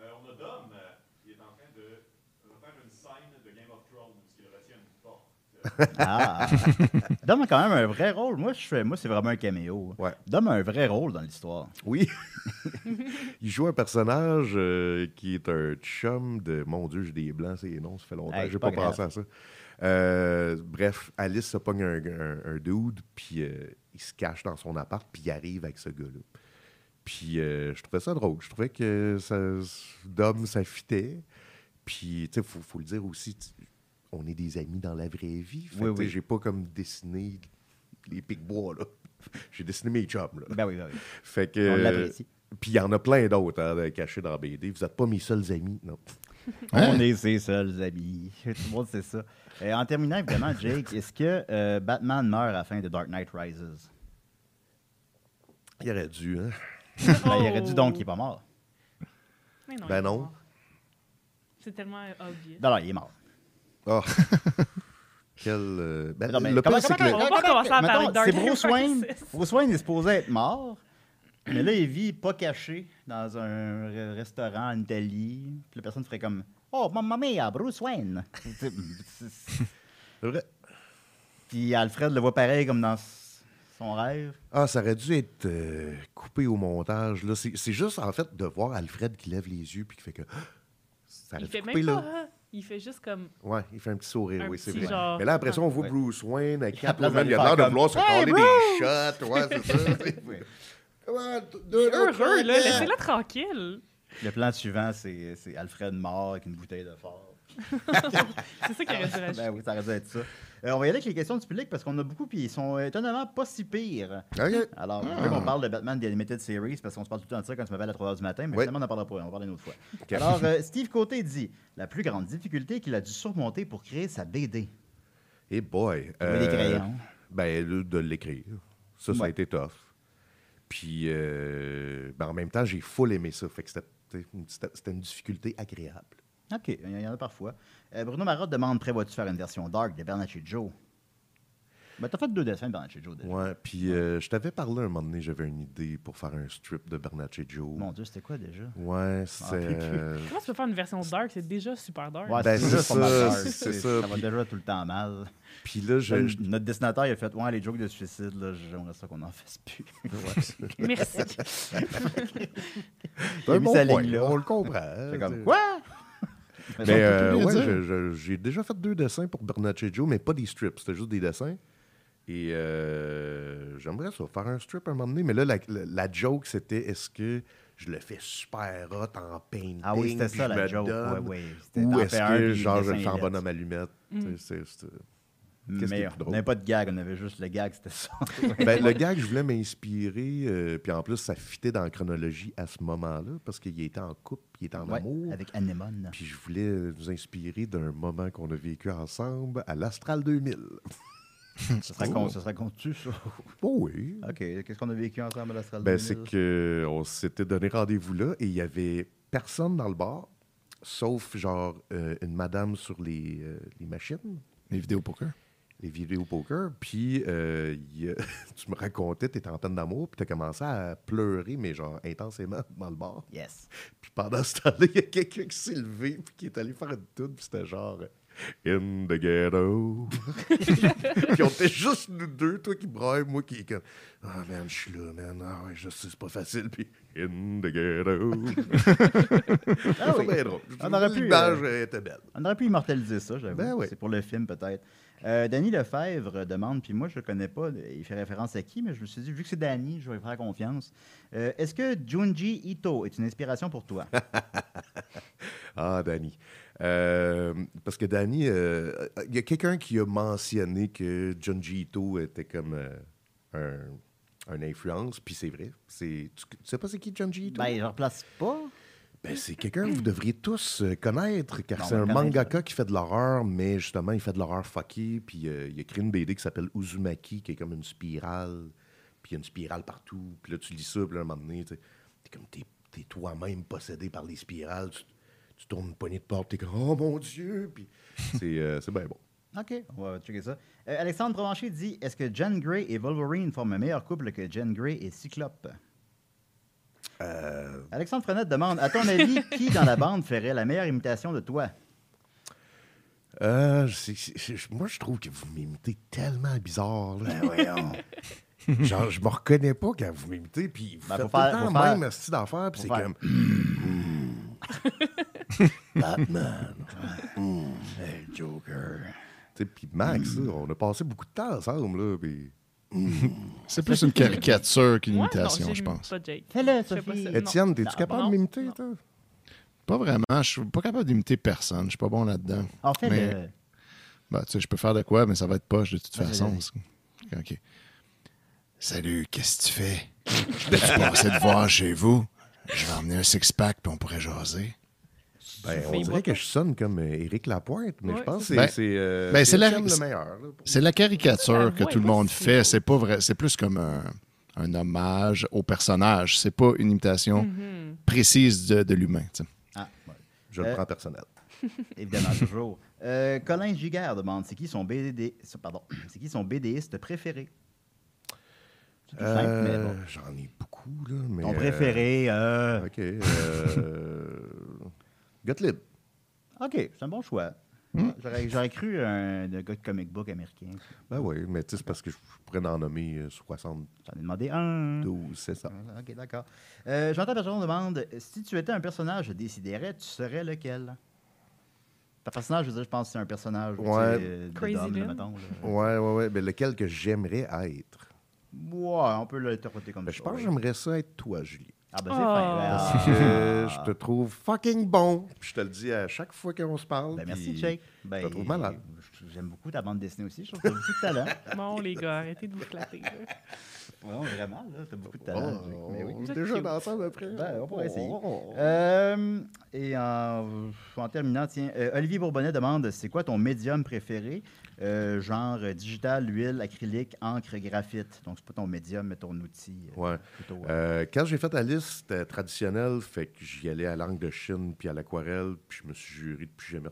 S7: Euh, on a Dom, euh, qui est en train de refaire une scène de Game of Thrones, parce qu'il retient une porte.
S2: Ah. Dom a quand même un vrai rôle. Moi, je fais, moi c'est vraiment un caméo.
S4: Ouais.
S2: Dom a un vrai rôle dans l'histoire.
S4: Oui. Il joue un personnage euh, qui est un chum de. Mon Dieu, j'ai des blancs, c'est non, ça fait longtemps.
S2: Hey,
S4: j'ai
S2: pas
S4: pas,
S2: grave.
S4: pensé à ça. Euh, bref, Alice se pogne un, un- un dude, puis euh, il se cache dans son appart, puis il arrive avec ce gars-là. Puis euh, je trouvais ça drôle. Je trouvais que ça, Dom, ça fitait. Puis, tu sais, il faut, faut le dire aussi, tu- on est des amis dans la vraie vie. Fait que,
S2: Oui,
S4: tu sais,
S2: oui.
S4: J'ai pas comme dessiné les pics-bois, là. J'ai dessiné mes chums, là.
S2: Ben oui, ben oui.
S4: Fait que.
S2: On l'apprécie.
S4: Puis il y en a plein d'autres hein, de- cachés dans BD. Vous n'êtes pas mes seuls amis, non.
S5: Hein?
S2: On est ses seuls amis. Tout le monde sait ça. Et en terminant, évidemment, Jake, est-ce que euh, Batman meurt à la fin de Dark Knight Rises?
S4: Il aurait dû, hein?
S2: Ben, il aurait dit donc qu'il n'est pas
S3: est
S2: mort.
S3: Oh. Mais non,
S4: Ben
S3: il est
S4: non.
S3: mort. C'est tellement euh, obvious.
S2: Ben Non, non, il est mort.
S4: Ah! Quel. euh, ben,
S2: Non, mais
S4: le
S2: comment-
S4: pire, c'est que.
S3: On Ah, va pas commencer à parler
S2: Mettons,
S3: de Dark
S2: c'est Bruce
S3: Knight
S2: Wayne.
S3: Rises.
S2: Bruce Wayne est supposé être mort. Mais là, il vit pas caché dans un re- restaurant en Italie. Puis la personne ferait comme Oh, mamma mia, Bruce Wayne. C'est- c'est-
S4: le- le-
S2: Puis Alfred le voit pareil comme dans s- son rêve.
S4: Ah, ça aurait dû être euh, coupé au montage. là. C'est c'est juste, en fait, de voir Alfred qui lève les yeux puis qui fait que. Ça aurait
S3: Il
S4: dû
S3: fait
S4: couper,
S3: même
S4: là.
S3: pas. hein. Il fait juste comme.
S4: Ouais, il fait un petit sourire,
S3: Un
S4: oui, c'est
S3: petit
S4: vrai.
S3: genre-
S4: Mais là, après ça, on voit
S2: Ouais.
S4: Bruce Wayne avec
S2: Et à place
S4: Catwoman.
S2: d'aller
S4: Il a l'air
S2: faire
S4: de vouloir se
S2: comme,
S4: coller des shots. Ouais, c'est ça.
S3: Heureux,
S4: Heureux,
S3: là. Laissez-le tranquille.
S2: Le plan suivant, c'est c'est Alfred mort avec une bouteille de fort.
S3: C'est ça qu'il aurait dû rajouter.
S2: Ben oui, ça aurait dû être ça. Euh, on va y aller avec les questions du public parce qu'on a beaucoup, puis ils sont étonnamment pas si pires.
S4: OK.
S2: Alors, je veux qu'on parle de Batman The Animated Series parce qu'on se parle tout le temps de ça quand tu m'appelles à 3h du matin, mais
S4: Oui.
S2: finalement, on n'en parlera pas, on va parler une autre fois. Alors, euh, Steve Côté dit La plus grande difficulté qu'il a dû surmonter pour créer sa BD.
S4: Et boy. euh,
S2: Trouver des crayons.
S4: Ben, le- de l'écrire. Ça, ça
S2: Ouais.
S4: a été tough. Puis, euh, ben, en même temps, j'ai full aimé ça. Fait que c'était- c'était une- c'était c'était une difficulté agréable.
S2: OK, il y en a parfois. Euh, Bruno Marotte demande Prévois-tu faire une version dark de Bernard Joe Ben, t'as fait deux dessins de Bernard Joe déjà.
S4: Ouais, puis euh, je t'avais parlé un moment donné, j'avais une idée pour faire un strip de Bernatchez Joe.
S2: Mon Dieu, c'était quoi déjà
S4: Ben, Ouais, c'est. euh,
S3: Comment tu peux faire une version dark? C'est déjà super dark.
S2: Ouais,
S4: Ben,
S2: déjà
S4: c'est
S2: son
S4: ça,
S2: affaire,
S4: c'est
S2: c'est-
S4: ça,
S2: Ça va
S4: puis-
S2: déjà tout le temps mal.
S4: Puis là, je. je-
S2: Comme Notre dessinateur, il a fait Ouais, les jokes de suicide, là, j'aimerais ça qu'on n'en fasse plus.
S3: Merci.
S4: c'est
S2: mis sa
S4: point,
S2: ligne là.
S4: On le comprend. hein,
S2: C'est
S4: tu sais.
S2: comme Quoi
S4: Mais
S2: Mais,
S4: euh,
S5: rien
S4: ouais,
S5: dire.
S4: je- je- j'ai déjà fait deux dessins pour Bernatchez Joe, mais pas des strips, c'était juste des dessins. Et euh, j'aimerais ça, faire un strip à un moment donné. Mais là, la, la- la joke, c'était est-ce que je le fais super hot en painting.
S2: Ah oui, c'était
S4: puis
S2: ça
S4: je
S2: la
S4: me
S2: joke.
S4: donne.
S2: Ouais, ouais. C'était
S4: Ou
S2: t'en
S4: est-ce
S2: fais un,
S4: que
S2: puis
S4: genre je
S2: le
S4: le fais
S2: dessin est
S4: en
S2: laid.
S4: bonhomme allumette? tu sais, c'est- c'est- Qu'est-ce qui est
S2: Mais
S4: plus
S2: on
S4: drôle?
S2: n'avait pas de gag, on avait juste le gag, c'était ça.
S4: Ben, le gars que je voulais m'inspirer, euh, puis en plus, ça fitait dans la chronologie à ce moment-là, parce qu'il était en couple, il était en
S2: Ouais,
S4: amour.
S2: avec Anemone.
S4: Puis je voulais euh, nous inspirer d'un moment qu'on a vécu ensemble à l'Astral 2000.
S2: Ça se raconte- ça se raconte-tu, ça?
S4: Oh oui.
S2: OK, qu'est-ce qu'on a vécu ensemble à l'Astral
S4: Ben,
S2: 2000?
S4: c'est qu'on s'était donné rendez-vous là et il n'y avait personne dans le bar, sauf genre euh, une madame sur les, euh, les machines,
S5: Les vidéos poker.
S4: les vidéos poker. Puis euh, il y a- tu me racontais, tu étais en peine d'amour, puis tu as commencé à pleurer, mais genre intensément dans le bar.
S2: Yes.
S4: Puis pendant ce temps-là, il y a quelqu'un qui s'est levé puis qui est allé faire une tune, puis c'était genre euh, In the ghetto. puis on était juste nous deux, toi qui braille, moi qui est comme Ah man, je suis là, man. Ah ouais, je sais, c'est pas facile. Puis In the ghetto. ah
S2: oui.
S4: bien drôle.
S2: On aurait pu,
S4: L'image euh, était belle.
S2: On aurait pu immortaliser ça, j'avoue.
S4: Ben oui.
S2: C'est pour le film, peut-être. Euh, Danny Lefebvre demande, puis moi, je le connais pas, il fait référence à qui, mais je me suis dit, vu que c'est Danny, je vais lui faire confiance. Euh, Est-ce que Junji Ito est une inspiration pour toi?
S4: Ah, Danny. Euh, parce que Danny, euh, il y a quelqu'un qui a mentionné que John G. Ito était comme euh, un, un influence, puis c'est vrai. C'est, tu, tu sais pas c'est qui John G. Ito?
S2: ben, je ne replace pas.
S4: Ben, c'est quelqu'un que vous devriez tous euh, connaître, car
S2: Non,
S4: c'est
S2: on
S4: un
S2: le connaît,
S4: mangaka qui fait de l'horreur, mais justement, il fait de l'horreur fucky, puis euh, il a créé une BD qui s'appelle Uzumaki, qui est comme une spirale, puis il y a une spirale partout, puis là, tu lis ça, puis là, un moment donné, tu sais, t'es comme, t'es, t'es toi-même possédé par les spirales, tu, tu tournes une poignée de porte, t'es comme, oh mon Dieu, puis c'est, euh, c'est bien bon.
S2: OK, on va checker ça. Euh, Alexandre Provencher dit, est-ce que Jen Grey et Wolverine forment un meilleur couple que Jen Grey et Cyclope? Euh. Alexandre Frenette demande, à ton avis, qui dans la bande ferait la meilleure imitation de toi?
S4: Euh, c'est- c'est- c'est- moi, je trouve que vous m'imitez tellement bizarre.
S2: Ben
S4: Là. Genre, je me reconnais pas quand vous m'imitez, puis vous
S2: Ben,
S4: faites
S2: faut faire-
S4: tout le temps
S2: faut faire-
S4: même style d'affaires, puis c'est
S2: faut faire- Hmm.
S4: comme... Batman. Joker. Hmm. Puis Max, là,
S2: Hmm.
S4: on a passé beaucoup de temps ensemble, là, puis...
S5: C'est plus une caricature qu'une
S3: Moi,
S5: imitation,
S3: non,
S5: je
S3: j'imite
S5: pense.
S3: pas Jake.
S2: Fais-le,
S3: Je fais pas
S2: Sophie.
S3: ça. Euh, Non.
S4: Étienne,
S3: Non,
S4: t'es-tu capable
S3: non,
S4: de m'imiter,
S3: non.
S4: toi?
S5: Pas vraiment. Je suis pas capable d'imiter personne. Je suis pas bon là-dedans.
S2: En fait,
S5: Mais-
S2: le-
S5: Bah, tu sais, je peux faire de quoi, mais ça va être poche de toute
S2: Vas-y,
S5: façon.
S2: vas-y.
S5: C'est- OK. Salut, qu'est-ce que tu fais? Je peux passer te voir chez vous? Je vais emmener un six-pack, puis on pourrait jaser.
S4: Ben,
S3: fais
S4: on
S3: boire
S4: dirait
S3: pas.
S4: que je sonne comme euh, Éric Lapointe, mais
S3: Ouais,
S4: je pense que
S5: c'est ça.
S4: c'est... c'est, euh,
S5: Ben,
S4: c'est
S5: c'est la-
S4: Étienne le meilleur. là, pour-
S5: C'est la
S3: Ça, la
S5: caricature que
S3: voix
S5: tout le
S3: est pas
S5: monde
S3: si
S5: fait. C'est pas vrai. C'est plus comme un, un hommage au personnage. C'est pas une imitation
S3: Mhm.
S5: précise de, de l'humain. tu sais.
S2: Ah, ouais.
S4: Je le
S2: Euh,
S4: prends personnel.
S2: Évidemment, toujours. Euh, Colin Giguère demande c'est qui son BD pardon, c'est qui son BDiste préféré C'est tout simple, mais
S4: Euh,
S2: bon.
S4: J'en ai beaucoup, là, mais...
S2: Ton
S4: euh,
S2: préféré. euh,
S4: OK. Euh... Gottlieb.
S2: Ok, c'est un bon choix.
S4: Hmm?
S2: J'aurais j'aurais cru un de gars de comic book américain.
S4: Ben oui, mais tu sais, c'est parce que je pourrais en nommer euh, 72,
S2: J'en ai demandé un.
S4: c'est ça.
S2: Voilà, Ok, d'accord. Euh, Jean-Pierre Bergeron demande si tu étais un personnage décidéré, tu serais lequel Ta personnage, je veux dire, je pense que c'est un personnage tu sais,
S4: Ouais.
S2: euh, de
S3: Crazy
S2: Dom, là,
S3: Lynn.
S2: mettons, là.
S4: Ouais, ouais, ouais. Mais lequel que j'aimerais être?
S2: Ouais, on peut l'interpréter comme
S4: Ben,
S2: ça.
S4: je pense
S2: ouais.
S4: que j'aimerais ça être toi, Julie.
S2: Ah, ben, c'est
S3: Oh.
S2: fin. ben,
S4: Parce que je te trouve fucking bon. Puis je te le dis à chaque fois qu'on se parle.
S2: Ben, merci,
S4: puis
S2: Jake.
S4: Je te
S2: Ben,
S4: trouve malade.
S2: je- J'aime beaucoup ta bande dessinée aussi. Je trouve que t'as beaucoup de talent.
S3: Bon, les gars, arrêtez de vous flatter. là.
S2: Non, vraiment, là, t'as beaucoup de
S4: Oh,
S2: talent. Jake. Mais oui.
S4: on est déjà ensemble après.
S2: Ben, on pourrait essayer.
S4: Oh.
S2: Euh, et en, en terminant, tiens, euh, Olivier Bourbonnet demande c'est quoi ton médium préféré Euh, Genre euh, digital, huile, acrylique, encre, graphite. Donc, c'est pas ton médium, mais ton outil. euh,
S4: Ouais.
S2: plutôt, euh,
S4: Euh, quand j'ai fait la liste euh, traditionnelle, fait que j'y allais à l'angle de Chine puis à l'aquarelle, puis je me suis juré de plus jamais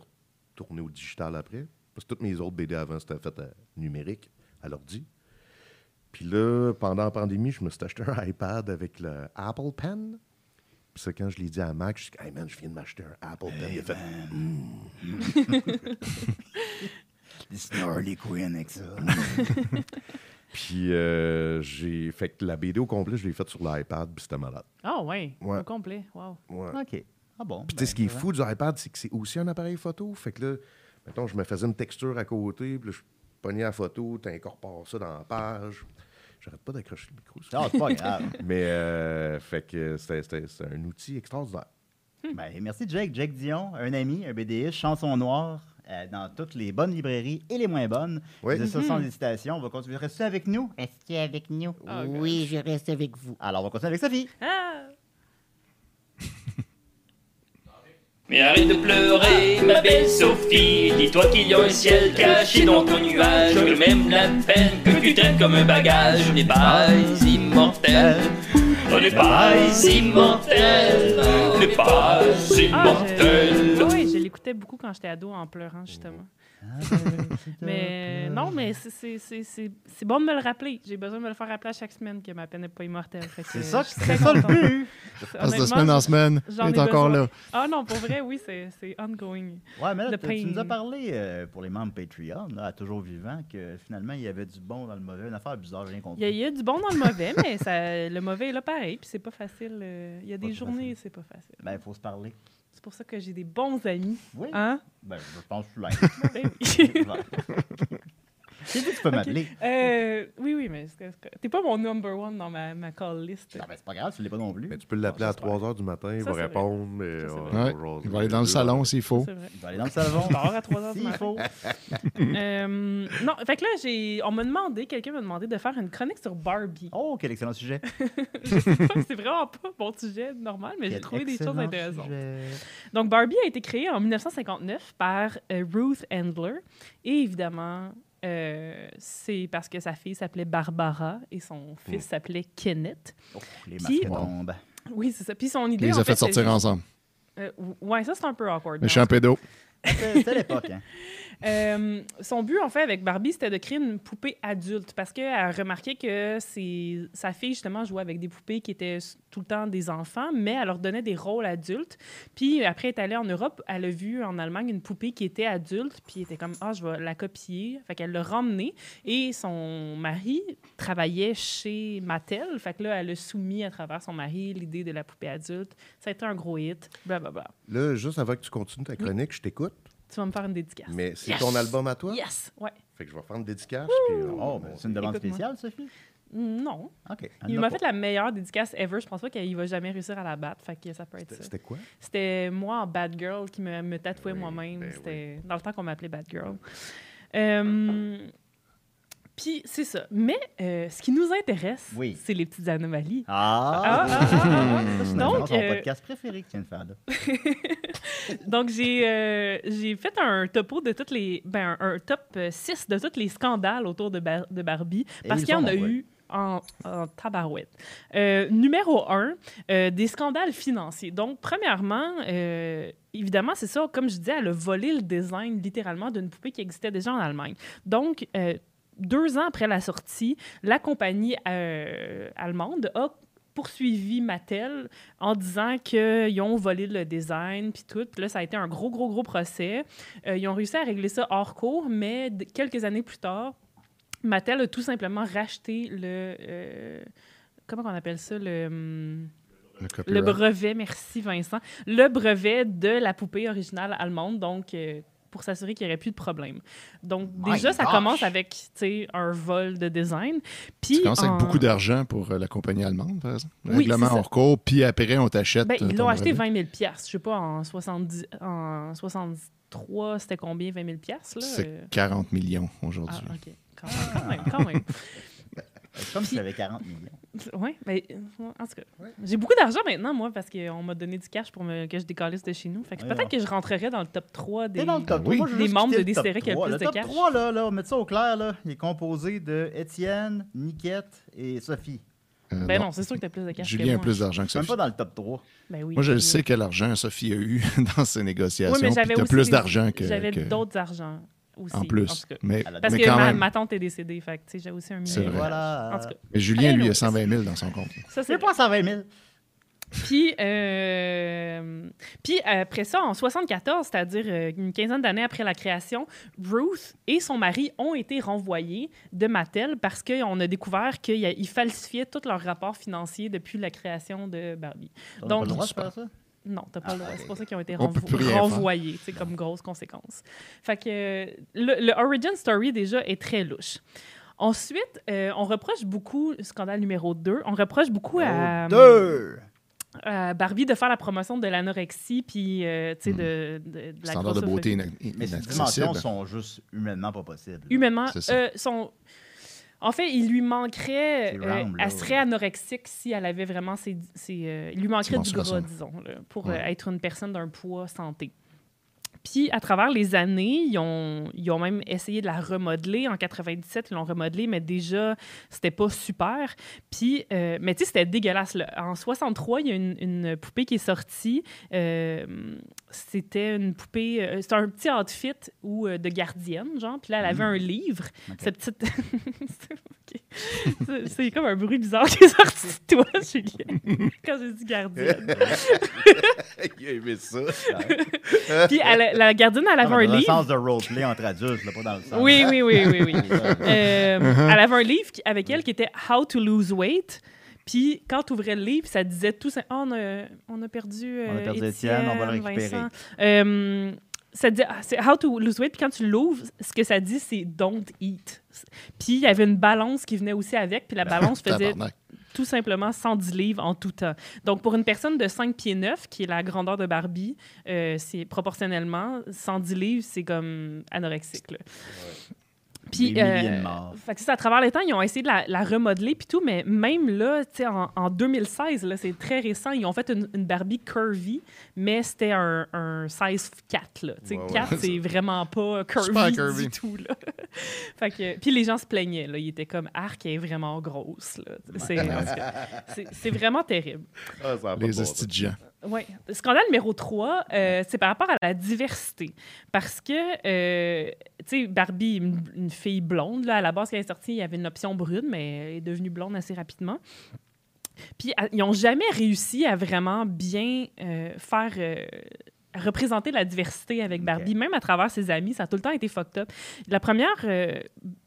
S4: retourner au digital après. Parce que toutes mes autres BD avant, c'était fait à numérique, à l'ordi. Puis là, pendant la pandémie, je me suis acheté un iPad avec le Apple Pen. Puis ça, quand je l'ai dit à Max, je suis dit, Hey man, je viens de m'acheter un Apple Pen. Il a fait
S2: dessiner Harley Quinn avec ça.
S4: Puis euh, j'ai fait que la BD au complet, je l'ai faite sur l'iPad, puis c'était malade.
S3: Ah, ouais,
S4: Ouais.
S3: au complet. Wow.
S4: Ouais.
S2: ok. Ah bon.
S4: Puis tu sais, ce qui est
S2: ben,
S4: fou du iPad, c'est que c'est aussi un appareil photo. Fait que là, mettons, je me faisais une texture à côté, puis là, je pognais la photo, t'incorpores ça dans la page. J'arrête pas d'accrocher le micro.
S2: Non, Ah, c'est pas grave.
S4: Mais euh, fait que c'était- c'était c'était un outil extraordinaire.
S2: Ben, merci Jake. Jake Dion, un ami, un BDiste, chanson noire euh, dans toutes les bonnes librairies et les moins bonnes.
S4: Oui.
S2: Vous êtes ça sans hésitation. On va continuer. Restez avec nous. Oh,
S6: Restez Mhm. avec nous.
S3: Ah,
S6: oui, je reste avec vous.
S2: Alors, on va continuer avec Sophie.
S3: Ah!
S8: Mais arrête de pleurer, ma belle Sophie. Dis-toi qu'il y a un ciel caché dans ton nuage. Que même la peine que tu traînes comme un bagage. On n'est pas immortel. On n'est pas immortel. On n'est pas
S3: Ah,
S8: immortel.
S3: je... Oui, je l'écoutais beaucoup quand j'étais ado en pleurant, justement.
S6: Ah, euh,
S3: Mais non, mais c'est- c'est- c'est c'est- c'est bon de me le rappeler. J'ai besoin de me le faire rappeler à chaque semaine que ma peine n'est pas immortelle. Fait que
S2: C'est ça,
S3: je suis
S2: c'est
S3: très
S2: ça le
S3: contente.
S2: but.
S5: Parce que de
S3: Honnêtement,
S5: semaine en semaine, il
S3: j'en
S5: est
S3: ai
S5: encore
S3: besoin.
S5: là.
S3: Ah non, pour vrai, oui, c'est c'est ongoing.
S2: Ouais, mais là,
S3: Le
S2: tu- tu nous as
S3: pain.
S2: parlé euh, pour les membres Patreon, là, à Toujours Vivant, que finalement, il y avait du bon dans le mauvais. Une affaire bizarre, j'ai rien
S3: Il y, a,
S2: compris.
S3: il y a du bon dans le mauvais, mais ça, le mauvais est là pareil, puis c'est pas facile. euh, Il y a
S2: Pas
S3: des
S2: tout
S3: journées, c'est pas facile.
S2: Ben, il faut se parler.
S3: C'est pour ça que j'ai des bons amis.
S2: Oui.
S6: Ah.
S3: Hein?
S2: Ben, je pense que tu l'as.
S3: Ben oui.
S2: Bon. C'est dit que tu peux m'appeler.
S3: Euh, oui, oui, mais c'est- c'est- t'es pas mon number one dans ma, ma call list.
S2: Non, ben, c'est pas grave, tu l'es pas non plus.
S4: Mais tu peux l'appeler
S2: Bon,
S4: à
S2: j'espère.
S4: 3 h du matin, il
S3: Ça,
S4: va
S3: c'est vrai.
S4: répondre. et
S3: Ça, c'est
S4: on-
S3: vrai.
S5: Ouais,
S4: on va jaser
S5: Il va aller dans le
S4: deux
S5: salon s'il faut.
S3: C'est vrai.
S2: Il va aller dans le salon.
S3: Je pars à 3 heures du
S2: S'il
S3: matin.
S2: faut.
S3: Euh, non, fait que là, j'ai, on m'a demandé, quelqu'un m'a demandé de faire une chronique sur Barbie.
S2: Oh, quel excellent sujet.
S3: c'est vraiment pas mon sujet normal, mais j'ai
S2: Quel
S3: trouvé des choses
S2: excellent
S3: intéressantes.
S2: sujet.
S3: Donc, Barbie a été créée en 1959 par euh, Ruth Handler. Et évidemment, euh, c'est parce que sa fille s'appelait Barbara et son
S5: Oh.
S3: fils s'appelait Kenneth.
S2: Oh, les
S3: Puis-
S2: masques tombent.
S3: Oui, c'est ça. Puis son
S5: Il
S3: idée.
S5: les
S3: en
S5: a fait
S3: c'est-
S5: sortir ensemble.
S3: Euh, ouais, ça, c'est un peu awkward.
S5: Mais je suis
S3: non?
S5: un pédo.
S2: C'était c'était l'époque, hein.
S3: Euh, son but, en fait, avec Barbie, c'était de créer une poupée adulte parce qu'elle a remarqué que ses- sa fille, justement, jouait avec des poupées qui étaient s- tout le temps des enfants, mais elle leur donnait des rôles adultes. Puis après être allée en Europe, elle a vu en Allemagne une poupée qui était adulte, puis elle était comme « Ah, je vais la copier ». Fait qu'elle l'a ramenée et son mari travaillait chez Mattel. Fait que là, elle a soumis à travers son mari l'idée de la poupée adulte. Ça a été un gros hit, blablabla.
S4: Là, juste avant que tu continues ta chronique, je t'écoute.
S3: Tu vas me faire une dédicace.
S4: Mais c'est
S3: Yes!
S4: ton album à toi?
S3: Yes! Ouais.
S4: Fait que je vais faire une dédicace. puis, euh,
S2: Oh, ben, c'est une demande
S3: Écoute-moi.
S2: spéciale, Sophie?
S3: Mm, Non.
S2: OK.
S3: Il
S2: on l'a
S3: m'a fait la meilleure dédicace ever. Je pense pas qu'il va jamais réussir à la battre. Fait que ça peut être
S4: c'était-
S3: ça.
S4: C'était quoi?
S3: C'était moi en Bad Girl qui me, me tatouais
S4: Oui,
S3: moi-même.
S4: ben
S3: C'était dans le temps qu'on m'appelait Bad Girl. Euh, Puis c'est ça. Mais euh, ce qui nous intéresse,
S2: Oui.
S3: c'est les petites anomalies.
S2: Ah!
S3: Ah, ah, ah, ah.
S2: Ça, c'est
S3: Donc,
S2: Donc, ton
S3: euh,
S2: podcast préféré que tu viens de faire, là.
S3: Donc, j'ai euh, j'ai fait un topo de toutes les. Ben, un, un top 6 de tous les scandales autour de, Bar- de Barbie.
S2: Et
S3: Parce
S2: ils
S3: qu'il y en
S2: sont
S3: a
S2: nombreux.
S3: eu en, en tabarouette. Euh, numéro 1, des scandales financiers. Donc, premièrement, euh, évidemment, c'est ça, comme je disais, elle a volé le design littéralement d'une poupée qui existait déjà en Allemagne. Donc, euh, deux ans après la sortie, la compagnie euh, allemande a poursuivi Mattel en disant qu'ils ont volé le design, puis tout. Puis là, ça a été un gros, gros, gros procès. Euh, ils ont réussi à régler ça hors cours, mais d- quelques années plus tard, Mattel a tout simplement racheté le... euh, comment on appelle ça? Le... hum,
S5: Le
S3: le
S5: copyright.
S3: brevet, merci Vincent. Le brevet de la poupée originale allemande, donc euh, pour s'assurer qu'il n'y aurait plus de problème. Donc
S6: My
S3: déjà, ça
S6: gosh.
S3: commence avec tu sais, un vol de design. Puis,
S5: Tu commences avec
S3: en-
S5: beaucoup d'argent pour euh, la compagnie allemande, par exemple.
S3: Oui,
S5: Règlement
S3: c'est ça.
S5: hors cours, puis après, on t'achète.
S3: Ben,
S5: euh,
S3: ils
S5: ton
S3: l'ont acheté
S5: brevet.
S3: 20 000 piastres. Je sais pas, en, 70, en 63, c'était combien 20 000 piastres, là? Euh,
S5: C'est 40 millions aujourd'hui.
S3: Ah, OK. Quand quand même, quand même.
S2: C'est comme si j'avais 40 millions.
S3: Oui, mais euh, en tout cas, j'ai beaucoup d'argent maintenant, moi, parce qu'on m'a donné du cash pour me- que je décalisse de chez nous. Fait que
S2: Voyons.
S3: peut-être que je rentrerais dans le top 3 des...
S2: T'es dans le top.
S5: Ah oui.
S2: Moi, je veux
S3: Des
S2: juste
S3: membres
S2: quitter
S3: de
S2: le top
S3: Décideret qui a le
S2: 3,
S3: plus de
S2: top
S3: cash.
S2: 3, là, là, on met ça au clair, là. Il est composé de Étienne, Niquette et Sophie.
S5: Euh,
S3: Ben
S5: non.
S3: non, c'est sûr que t'as plus de cash que
S5: Julien a
S3: moi.
S5: plus d'argent que
S2: C'est même
S5: Sophie.
S2: pas dans le top 3.
S3: Ben oui,
S5: Moi, je
S3: mais-
S5: sais quel argent Sophie a eu dans ses négociations.
S3: Oui, mais
S5: puis
S3: j'avais
S5: t'as
S3: aussi
S5: plus
S3: des-
S5: d'argent que.
S3: J'avais
S5: que-
S3: d'autres argents aussi.
S5: En plus.
S3: tout cas.
S5: mais,
S2: Elle a-
S3: Parce
S5: mais
S3: que
S5: quand
S3: ma,
S5: même.
S3: ma tante est décédée, fait que tu sais, j'ai aussi un
S5: C'est
S3: million.
S5: vrai.
S2: Voilà.
S3: En tout cas,
S5: Mais Julien, lui,
S3: Hello.
S5: a 120 000 dans son compte.
S3: ça, c'est
S2: C'est pas 120 000.
S3: Puis, euh, puis après ça, en 74, c'est-à-dire euh, une quinzaine d'années après la création, Ruth et son mari ont été renvoyés de Mattel parce qu'on a découvert qu'ils falsifiaient tous leurs rapports financiers depuis la création de Barbie.
S2: On a
S3: Donc,
S2: pas le droit de faire ça?
S3: Non, t'as pas
S2: Ah,
S3: le droit.
S2: ok.
S3: C'est pour ça qu'ils ont été
S5: On peut
S3: renvo-
S5: plus rien faire.
S3: renvoyés, c'est comme grosse conséquence. Fait que euh, le, le origin story déjà est très louche. Ensuite, euh, on reproche beaucoup, scandale numéro 2, on reproche beaucoup à,
S2: Oh, Deux!
S3: à Barbie de faire la promotion de l'anorexie puis euh, tu sais, de, de, de la
S5: Standards Hmm. de
S3: grossophobie.
S5: beauté inac-
S2: Mais ces
S5: inaccessibles.
S2: dimensions sont juste humainement pas possibles.
S3: humainement,
S5: C'est ça.
S3: euh, son... en fait, il lui manquerait,
S2: C'est
S3: euh,
S2: round, là,
S3: elle serait
S2: ouais.
S3: anorexique si elle avait vraiment ses, ses, euh, il lui manquerait du
S5: menstruations.
S3: gras, disons, là, pour euh,
S5: Ouais.
S3: être une personne d'un poids santé. Puis, à travers les années, ils ont, ils ont même essayé de la remodeler. En 97, ils l'ont remodelée, mais déjà, c'était pas super. Puis, euh, mais tu sais, c'était dégueulasse. là. En 63, il y a une, une poupée qui est sortie. Euh, c'était une poupée, euh, c'était un petit outfit ou euh, de gardienne, genre. Puis là, elle avait un livre. Cette petite. Ok. C'est- C'est comme un bruit bizarre qui est sorti de toi, Julien, quand j'ai dit gardienne.
S4: Il a aimé ça.
S3: Puis elle- la gardienne, elle
S2: Non,
S3: avait
S2: Ah, mais
S3: un
S2: dans le
S3: livre.
S2: sens hein. de roleplay entre adultes, là, pas dans le sens.
S3: Oui, oui, oui, oui, oui.
S2: Euh,
S3: Euh, Elle avait un livre qui- avec elle qui était How to Lose Weight. Puis quand tu ouvrais le livre, ça disait tout ça. Ah, on, a, on a perdu.
S2: On a
S3: euh,
S2: perdu Étienne, on va le
S3: Étienne,
S2: récupérer.
S3: Vincent. Euh, ça dit, ah, c'est How to Lose Weight. Puis quand tu l'ouvres, ce que ça dit, c'est Don't Eat. Puis il y avait une balance qui venait aussi avec. Puis la balance faisait
S5: Tabarnak.
S3: tout simplement 110 livres en tout temps. Donc, pour une personne de 5 pieds 9, qui est la grandeur de Barbie, euh, c'est proportionnellement, 110 livres, c'est comme anorexique. là. Puis,
S2: Des
S3: euh,
S2: milliers de morts.
S3: fait que c'est ça, à travers les temps, ils ont essayé de la, la remodeler puis tout, mais même là, tu sais, en, en 2016, là, c'est très récent, ils ont fait une, une Barbie curvy, mais c'était un, un size 4. Là. Tu sais,
S4: Ouais, ouais.
S3: 4, c'est vraiment pas
S5: Super
S3: curvy,
S5: curvy.
S3: du tout. Là. fait que, puis les gens se plaignaient. Là. Ils étaient comme, Arc, elle est vraiment grosse. Là. C'est, en tout cas, c'est- c'est vraiment terrible.
S4: Ah, ça a pas de
S5: Les
S4: bon
S5: hosties de gens.
S3: Ouais. Scandale numéro 3, c'est par rapport à la diversité. Parce que, euh, tu sais, Barbie, une, une fille blonde, là, à la base, quand elle est sortie, il y avait une option brune, mais elle est devenue blonde assez rapidement. Puis, à- ils n'ont jamais réussi à vraiment bien euh, faire. euh, représenter la diversité avec Barbie, même à travers ses amis, ça a tout le temps été fucked up. La première euh,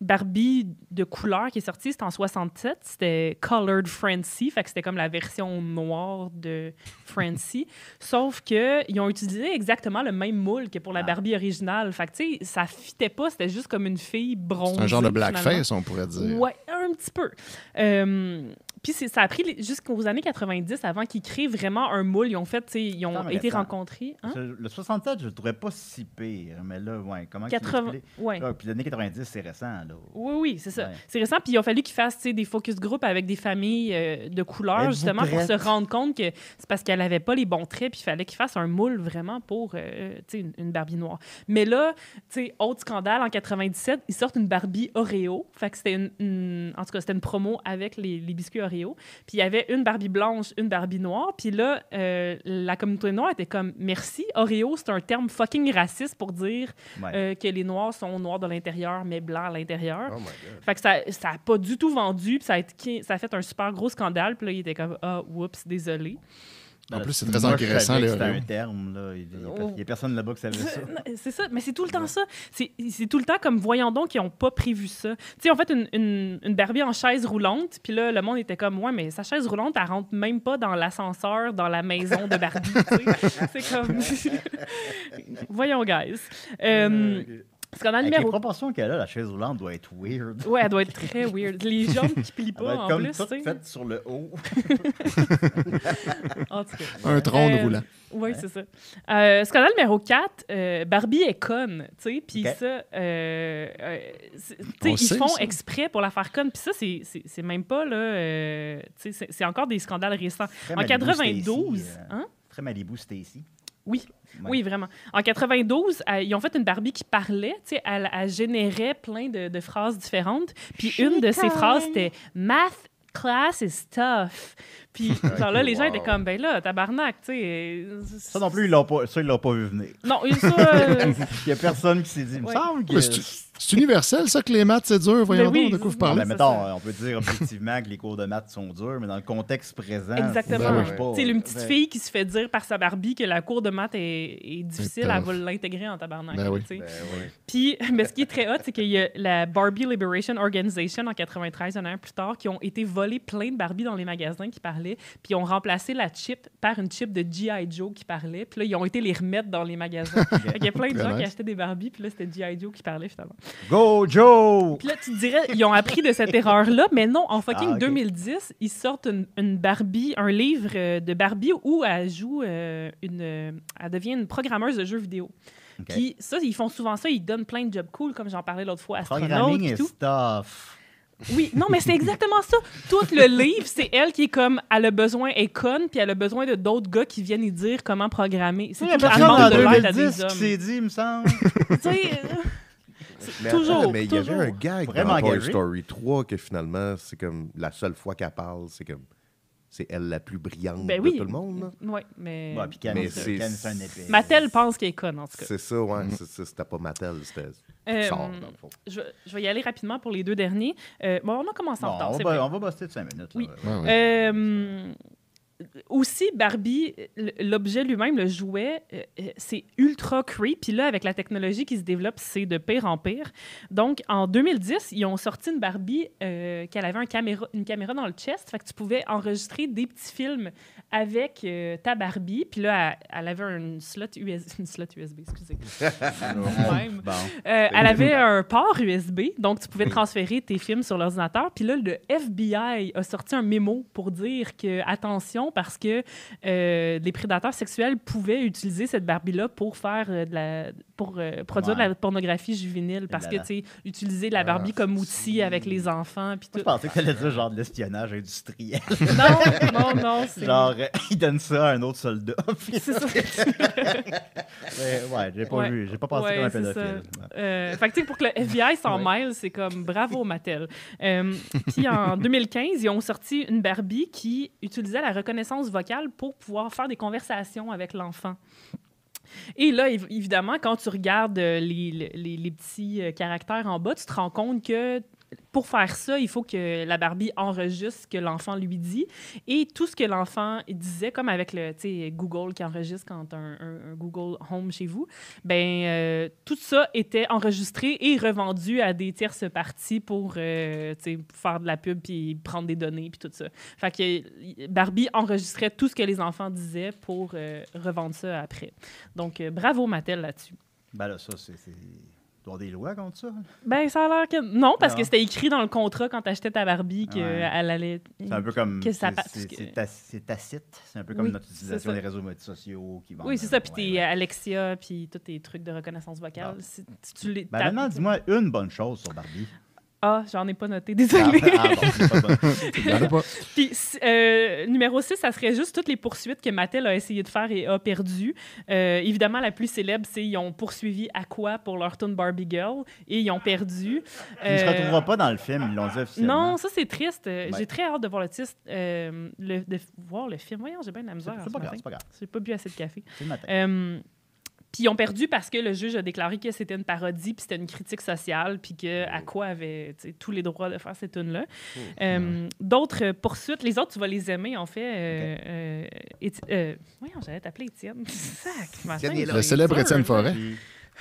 S3: Barbie de couleur qui est sortie, c'était en 67, c'était Colored Francie, fait que c'était comme la version noire de Francie, sauf que ils ont utilisé exactement le même moule que pour la
S2: Ah.
S3: Barbie originale, fait que tu sais, ça fitait pas, c'était juste comme une fille bronzée.
S5: C'est un genre de
S3: finalement.
S5: blackface, on pourrait dire.
S3: Ouais, un petit peu. Euh, puis c'est- ça a pris les- jusqu'aux années 90 avant qu'ils créent vraiment un moule. Ils ont fait, tu sais, ils ont
S2: Attends, mais
S3: été
S2: attends.
S3: rencontrés. hein?
S2: Ce- Le 67, je le trouvais pas si pire, mais là, ouais, comment que tu
S3: 80.
S2: l'expliques?
S3: Ouais.
S2: Ah, Puis l'année 90, c'est récent, là.
S3: Oui, oui, c'est ça.
S2: Ouais.
S3: C'est récent. Puis il a fallu qu'ils fassent tu sais, des focus group avec des familles euh, de couleurs,
S2: Êtes-vous
S3: justement, pour
S2: prête?
S3: se rendre compte que c'est parce qu'elle n'avait pas les bons traits. Puis il fallait qu'ils fassent un moule vraiment pour euh, tu sais, une, une Barbie noire. Mais là, tu sais, autre scandale, en 97, ils sortent une Barbie Oreo. Fait que c'était une, une- En tout cas, c'était une promo avec les, les biscuits Oreo. Puis il y avait une Barbie blanche, une Barbie noire. Puis là, euh, la communauté noire était comme merci. Oreo, c'est un terme fucking raciste pour dire
S2: Ouais.
S3: euh, que les noirs sont noirs de l'intérieur, mais blancs à l'intérieur.
S4: Oh my God.
S3: Fait que ça ça a pas du tout vendu, puis ça, a été- ça a fait un super gros scandale. Puis là, il était comme « Ah, oups, désolé
S5: En plus, c'est
S2: Moi,
S5: très
S2: je
S5: intéressant,
S2: savais que
S5: les
S2: C'était
S5: Oreos.
S2: un terme, là. Il
S3: Oh.
S2: y a- il y a personne là-bas qui ». savait ça.
S3: Euh, C'est ça, mais c'est tout le temps ça. C'est c'est tout le temps comme « Voyons donc qu'ils ont pas prévu ça ». Tu sais, en fait, une, une, une Barbie en chaise roulante, puis là, le monde était comme « Ouais, mais sa chaise roulante, elle rentre même pas dans l'ascenseur, dans la maison de Barbie. Tu sais. » C'est comme... Voyons, guys. Euh, Scandale
S2: Avec les
S3: numéro
S2: proportions qu'elle a, la chaise roulante doit être weird.
S3: Ouais, elle doit être très weird. Les jambes qui plient
S2: Elle doit
S3: pas,
S2: être
S3: Oh, en
S2: comme
S3: plus,
S2: toute
S3: tu sais.
S2: faite sur le haut.
S3: En tout cas.
S5: Un trône
S3: Euh,
S5: roulant.
S3: Oui, c'est ça. Euh, scandale numéro 4, euh, Barbie est conne, tu sais, puis
S2: Ok.
S3: ça, euh, euh, c'est- tu sais,
S5: On
S3: ils
S5: sait
S3: font
S5: ça.
S3: exprès pour la faire conne, puis ça, c'est- c'est c'est même pas, là, euh, tu sais, c'est c'est encore des scandales récents.
S2: Très
S3: En
S2: Malibu,
S3: 92,
S2: Stacy, euh,
S3: hein?
S2: Très Malibu Stacy.
S3: Oui,
S2: Ouais.
S3: oui, vraiment. En 92, euh, ils ont fait une Barbie qui parlait, tu sais, elle, elle générait plein de, de phrases différentes. Puis une de ces
S6: Chicken.
S3: phrases, c'était « Math class is tough ». Puis genre là, les gens étaient comme « Ben là, tabarnak, tu sais... euh,
S2: Ça non plus, ils l'ont pas, ça, ils l'ont pas vu venir.
S3: Non, ça... euh,
S2: Il y a personne qui s'est dit, il me
S3: Ouais.
S2: semble que...
S5: Mais C'est c'est universel, ça, que les maths, c'est dur. Voyons
S3: Ben oui,
S5: donc, de quoi vous
S3: non,
S2: Non,
S5: parlez.
S2: mais
S3: Ça,
S2: Ben, mettons,
S3: ça-
S2: on peut dire objectivement que les cours de maths sont durs, mais dans le contexte présent,
S3: Exactement.
S2: ça
S5: Ben
S2: marche
S5: ouais.
S2: pas.
S3: Tu sais, une petite
S2: Ouais.
S3: fille qui se fait dire par sa Barbie que la cour de maths est, est difficile,
S5: tough.
S3: elle va l'intégrer en tabarnak.
S5: Ben oui.
S3: tu sais.
S4: Ben oui.
S3: Puis, mais ce qui est très hot, c'est qu'il y a la Barbie Liberation Organization en 93, un an plus tard, qui ont été volés plein de Barbie dans les magasins qui parlaient, puis ils ont remplacé la chip par une chip de G.I. Joe qui parlait, puis là, ils ont été les remettre dans les magasins. Fait qu'il y a plein de
S5: Très
S3: gens qui
S5: nice.
S3: achetaient des Barbies, puis là, c'était G.I. Joe qui parlait, finalement.
S2: Go, Joe!
S3: Puis là, tu te dirais, ils ont appris de cette erreur-là, mais non, en fucking
S2: Ah, ok.
S3: 2010, ils sortent une, une Barbie, un livre euh, de Barbie où elle joue euh, une. euh, Elle devient une programmeuse de jeux vidéo.
S2: Ok.
S3: Puis ça, ils font souvent ça, ils donnent plein de jobs cool, comme j'en parlais l'autre fois, astronaute
S2: Programming
S3: et
S2: et
S3: tout.
S2: stuff.
S3: Oui, non, mais c'est exactement ça. Tout le livre, c'est elle qui est comme, elle a besoin, elle est conne, puis elle a besoin de d'autres gars qui viennent lui dire comment programmer. C'est
S2: Il y a
S3: tout, elle
S2: personne en
S3: demande de l'aide à
S2: 2010 qui
S3: des hommes.
S2: s'est dit, il me semble.
S3: Tu sais, euh,
S4: Mais
S3: Toujours,
S4: attends, Mais il y avait
S3: toujours.
S4: un gag
S2: Vraiment
S4: dans Toy
S2: engagé.
S4: Story 3 que finalement, c'est comme la seule fois qu'elle parle, c'est comme. C'est elle la plus brillante
S3: Ben
S4: de
S3: oui.
S4: tout le monde. là.
S3: ouais, mais.
S2: Ouais, puis Cam,
S4: Mais
S2: c'est
S4: c'est-
S2: Cam, c'est un épée.
S3: Mattel pense qu'elle est conne, en tout cas.
S4: C'est ça, ouais.
S2: Mm-hmm.
S4: c'est ça, C'était pas Mattel, c'était.
S3: Euh,
S4: Sort, dans le fond.
S3: je, je vais y aller rapidement pour les deux derniers. Euh, bon, on a commencé
S2: Bon,
S3: en retard,
S2: on,
S3: c'est
S2: va,
S3: vrai.
S2: on va bosser de 5 minutes. là.
S3: Oui.
S5: Ouais, ouais.
S3: Euh, aussi, Barbie, l- l'objet lui-même, le jouet, euh, euh, c'est ultra creep. Puis là, avec la technologie qui se développe, c'est de pire en pire. Donc, en 2010, ils ont sorti une Barbie euh, qu'elle avait un caméra, une caméra dans le chest. Fait que tu pouvais enregistrer des petits films avec euh, ta Barbie. Puis là, elle, elle avait une slot, US, une slot USB, excusez. Même.
S2: Bon.
S3: Euh,
S2: Ben,
S3: elle avait un port USB, donc tu pouvais transférer tes films sur l'ordinateur. Puis là, le FBI a sorti un mémo pour dire que attention parce que euh, les prédateurs sexuels pouvaient utiliser cette Barbie-là pour faire euh, de la, pour euh, produire de la
S2: Ouais.
S3: pornographie juvénile parce
S2: là
S3: que
S2: là.
S3: tu sais utiliser la Barbie comme outil avec les enfants puis
S2: Moi, je
S3: tout.
S2: pensais que t'allais dire genre de l'espionnage industriel.
S3: Non, non, non, c'est
S2: genre, euh, il donne ça à un autre soldat. Puis-
S3: c'est ça.
S2: Mais ouais, j'ai pas
S3: Ouais.
S2: vu, j'ai pas pensé
S3: Ouais,
S2: comme un
S3: c'est ça.
S2: pédophile. Ouais.
S3: Euh, fait que, tu sais, pour que le FBI s'en mêle, c'est comme bravo Mattel. Euh, Puis en 2015, ils ont sorti une Barbie qui utilisait la reconnaissance vocale pour pouvoir faire des conversations avec l'enfant. Et là, év- évidemment, quand tu regardes euh, les, les- les petits euh, caractères en bas, tu te rends compte que pour faire ça, il faut que la Barbie enregistre ce que l'enfant lui dit et tout ce que l'enfant disait, comme avec le tu sais, Google qui enregistre quand un, un- un Google Home chez vous, ben euh, tout ça était enregistré et revendu à des tierces parties pour euh, tu sais, faire de la pub puis prendre des données puis tout ça. Fait que y- Barbie enregistrait tout ce que les enfants disaient pour euh, revendre ça après. Donc euh, bravo Mattel là-dessus.
S2: Ben là, ça, c'est. c'est- Ils ont des lois contre ça.
S3: Ben ça a l'air que non parce
S2: Non.
S3: que c'était écrit dans le contrat quand t'achetais ta Barbie qu'elle
S2: Ah. Ouais.
S3: allait
S2: C'est un peu comme.
S3: Que ça
S2: c'est-
S3: passe,
S2: c'est-
S3: que-
S2: C'est tac- c'est tacite. C'est un peu comme
S3: Oui,
S2: notre
S3: c'est
S2: utilisation
S3: ça.
S2: des réseaux sociaux qui vendent.
S3: Oui, c'est ça. Puis
S2: Ouais,
S3: t'es euh,
S2: ouais.
S3: Alexia, puis tous tes trucs de reconnaissance vocale. Si tu- tu les-
S2: Ben
S3: t'as-
S2: maintenant, dis-moi une bonne chose sur Barbie.
S3: Ah, j'en ai pas noté,
S2: Ah,
S3: désolée.
S2: ah, bon, c'est pas bon.
S5: Il y en a pas.
S3: Puis si- euh, numéro 6, ça serait juste toutes les poursuites que Mattel a essayé de faire et a perdu. Euh, évidemment, la plus célèbre, c'est ils ont poursuivi Aqua pour leur tune Barbie Girl et ils ont perdu.
S2: Il ne se
S3: Euh,
S2: retrouvera pas dans le film, ils l'ont dit officiellement.
S3: non, ça c'est triste. Euh,
S2: Ouais.
S3: J'ai très hâte de voir le, titre, euh, le- de voir le film. Voyons, j'ai bien de la
S2: c'est
S3: misère. en
S2: c'est
S3: ce
S2: pas
S3: matin.
S2: grave, c'est pas grave.
S3: J'ai pas bu assez de café.
S2: C'est le matin.
S3: Euh, puis ils ont perdu parce que le juge a déclaré que c'était une parodie, puis c'était une critique sociale, puis que à quoi avait tu sais, tous les droits de faire ces tunes-là. Euh, D'autres poursuites, les autres, tu vas les aimer, en fait. Euh, euh, Éti- euh, voyons, j'allais t'appeler Étienne. Sac, matin.
S4: Étienne est là.
S5: Le célèbre
S3: dur,
S5: Étienne
S3: là.
S5: Forêt.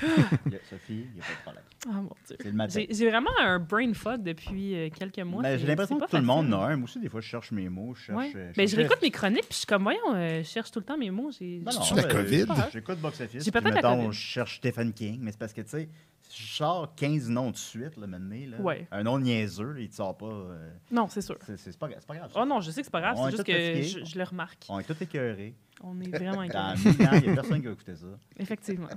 S2: Sophie, il y a- Sophie, il n'y a pas de problème.
S3: Ah, mon Dieu.
S2: C'est le matin.
S3: J'ai j'ai vraiment un brain fog depuis euh, quelques mois.
S2: Ben,
S3: C'est-
S2: J'ai l'impression que
S3: c'est pas
S2: tout le monde
S3: facile.
S2: en a un. Moi aussi, des fois, je cherche mes mots. Je cherche.
S3: Ouais.
S2: euh,
S3: Ben,
S2: cherche-
S3: je réécoute mes chroniques, puis je suis comme, voyons, euh, je cherche tout le temps mes mots. J'ai-
S2: Non, non,
S5: C'est-tu la
S2: ben,
S5: COVID?
S2: J'écoute Box Office.
S3: J'ai
S2: J'ai
S3: peut-être la COVID.
S2: Je cherche Stephen King, mais c'est parce que, tu sais, si je sors 15 noms de suite, là, maintenant, là,
S3: Ouais.
S2: un nom niaiseux, là, il te sort pas. euh,
S3: Non, c'est sûr.
S2: c'est- c'est pas, gra- c'est pas grave. ça.
S3: Oh non, je sais que c'est pas grave,
S2: On
S3: c'est
S2: est
S3: juste
S2: tous
S3: que
S2: fatigués.
S3: je, je le remarque.
S2: On est tous écœurés.
S3: On est vraiment
S2: Dans
S3: inquiets.
S2: 1000 ans, il n'y a personne qui va écouter ça.
S3: Effectivement.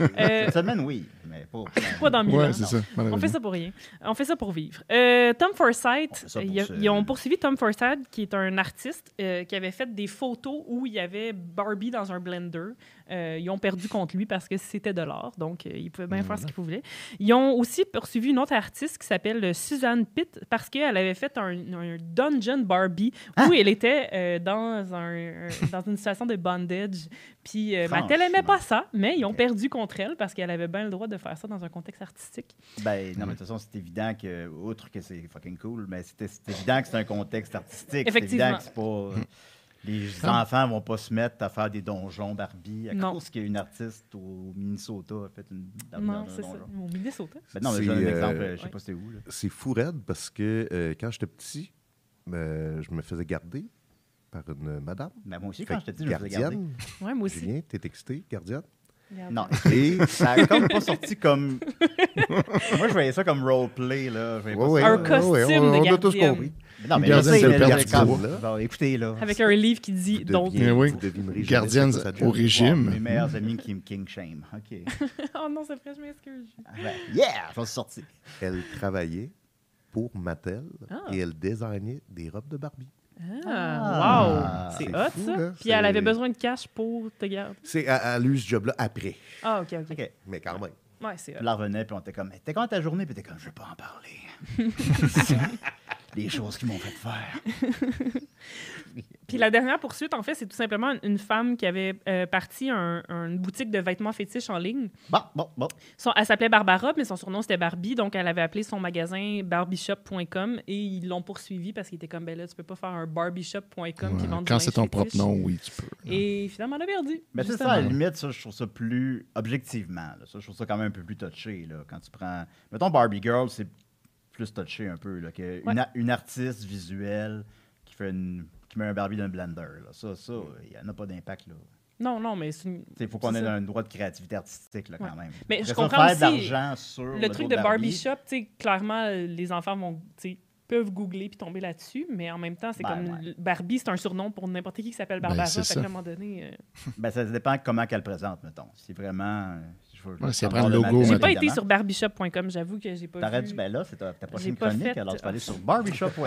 S3: Euh,
S2: Cette semaine, oui, mais pas.
S3: pas dans mille ans.
S5: Ouais, c'est ça.
S3: On
S5: malheureusement.
S3: fait ça pour rien. On fait ça pour vivre. Euh, Tom
S2: On
S3: Forsythe,
S2: fait ça pour
S3: il a-
S2: se-
S3: ils ont poursuivi Tom Forsythe, qui est un artiste euh, qui avait fait des photos où il y avait Barbie dans un blender. Euh, ils ont perdu contre lui parce que c'était de l'art, donc euh, ils pouvaient bien faire ce qu'ils voulaient. Ils ont aussi poursuivi une autre artiste qui s'appelle euh, Suzanne Pitt parce qu'elle avait fait un, un dungeon Barbie
S2: Ah!
S3: où elle était euh, dans, un, un- dans une situation de bondage. Puis euh, Mattel aimait
S2: Franchement.
S3: pas ça, mais ils ont
S2: Ok.
S3: perdu contre elle parce qu'elle avait bien le droit de faire ça dans un contexte artistique.
S2: Ben, non, mais de toute façon, c'est évident que, outre que c'est fucking cool, mais c'était- c'est évident que c'est un contexte artistique. C'est
S3: Effectivement.
S2: évident que c'est pas. euh, Les enfants vont pas se mettre à faire des donjons Barbie à
S3: Non.
S2: cause qu'une artiste au Minnesota a fait une Barbie
S3: Non,
S2: dans un
S3: c'est ça.
S2: donjon.
S3: Au Minnesota.
S2: Ben non, mais je
S4: C'est,
S2: donne un
S4: euh,
S2: exemple, je sais
S3: ouais.
S2: pas c'était où. Là.
S4: C'est fou raide parce que euh, quand j'étais petit, euh, je me faisais garder par une madame.
S2: Mais moi aussi,
S4: Fait
S2: quand
S4: que
S2: j'étais petit, je me faisais garder.
S4: gardienne,
S3: Ouais, moi aussi.
S4: Julien, t'es excité, gardienne.
S3: Regarde.
S2: Non.
S4: Et
S2: Ça a comme pas sorti comme. Moi, je voyais ça comme roleplay, là. Je voyais pas
S4: Ouais,
S2: ça-
S3: Un
S4: ouais,
S3: costume
S4: ouais, on-
S3: de
S4: on a tous
S3: gardienne.
S4: compris.
S2: Non, mais je
S5: Gardien,
S2: sais,
S5: c'est le
S2: mais là,
S5: père
S2: comme-
S4: du bois.
S2: Bon, écoutez, là.
S3: Avec un livre qui dit donc.
S5: Eh oui.
S4: vous devinerez jamais
S5: Gardienne
S4: c'est quoi sa
S5: au
S4: job.
S5: régime.
S2: Mes meilleurs amis qui me king shame. OK.
S3: Oh non, c'est vrai, je m'excuse.
S2: Ben, yeah! Je vais sortir.
S4: Elle travaillait pour Mattel
S3: Ah.
S4: et elle designait des robes de Barbie.
S3: Ah, wow! C'est
S4: c'est
S3: hot,
S4: fou,
S3: ça.
S4: là.
S3: Puis elle
S4: C'est-
S3: avait besoin de cash pour te garder.
S4: C'est à, à lui ce job-là après,
S3: Ah, OK, OK.
S2: OK.
S4: mais quand même.
S3: Ouais, c'est
S2: Puis
S3: hot.
S2: là, on revenait, puis on était comme, t'es quand ta journée? Puis t'es comme, je veux pas en parler. Les choses qui m'ont fait faire.
S3: Puis la dernière poursuite, en fait, c'est tout simplement une femme qui avait euh, parti un- une boutique de vêtements fétiches en ligne.
S2: Bon, bon, bon.
S3: Son- elle s'appelait Barbara, mais son surnom c'était Barbie, donc elle avait appelé son magasin barbieshop.com et ils l'ont poursuivi parce qu'il était comme, ben là, tu peux pas faire un barbieshop.com qui
S5: Ouais,
S3: vend du
S5: Quand
S3: linge
S5: c'est ton
S3: fétiche.
S5: propre nom, oui, tu peux.
S3: Et finalement, on a perdu.
S2: Mais c'est ça,
S3: justement.
S2: à la limite, ça, je trouve ça plus objectivement. là. Ça, je trouve ça quand même un peu plus touché. Là, quand tu prends. Mettons Barbie Girl, c'est plus touché un peu. Là, que
S3: Ouais.
S2: une, a- une artiste visuelle qui, fait une, qui met un Barbie dans un blender. là. Ça, ça, il n'y en a pas d'impact. Il
S3: Non, non, mais c'est une-
S2: faut qu'on
S3: C'est
S2: ait
S3: ça.
S2: un droit de créativité artistique là, quand même.
S3: Mais je
S2: Après ça,
S3: comprends
S2: faire de
S3: aussi
S2: l'argent sur
S3: le truc
S2: dos
S3: de Barbie Shop, tu sais, clairement, euh, les enfants vont, tu sais, peuvent googler puis tomber là-dessus, mais en même temps, c'est
S2: Ben,
S3: comme
S2: ouais.
S3: le- Barbie, c'est un surnom pour n'importe qui qui s'appelle
S5: Ben,
S3: Barbara.
S5: c'est
S3: fait
S5: ça.
S3: qu'à un moment donné, euh,
S2: Ben, ça dépend comment qu'elle présente, mettons. Si vraiment. euh, je veux-
S5: Ouais, si elle
S2: je veux
S5: prend le
S2: avoir
S5: logo,
S2: matériel,
S3: j'ai pas été
S2: évidemment.
S3: sur barbieshop.com, j'avoue que j'ai pas
S2: T'aurais
S3: vu.
S2: dû, ben là, c'est ta, ta
S3: J'ai
S2: prochaine
S3: pas
S2: chronique,
S3: fait,
S2: alors tu
S3: euh,
S2: peux aller sur barbershop.com.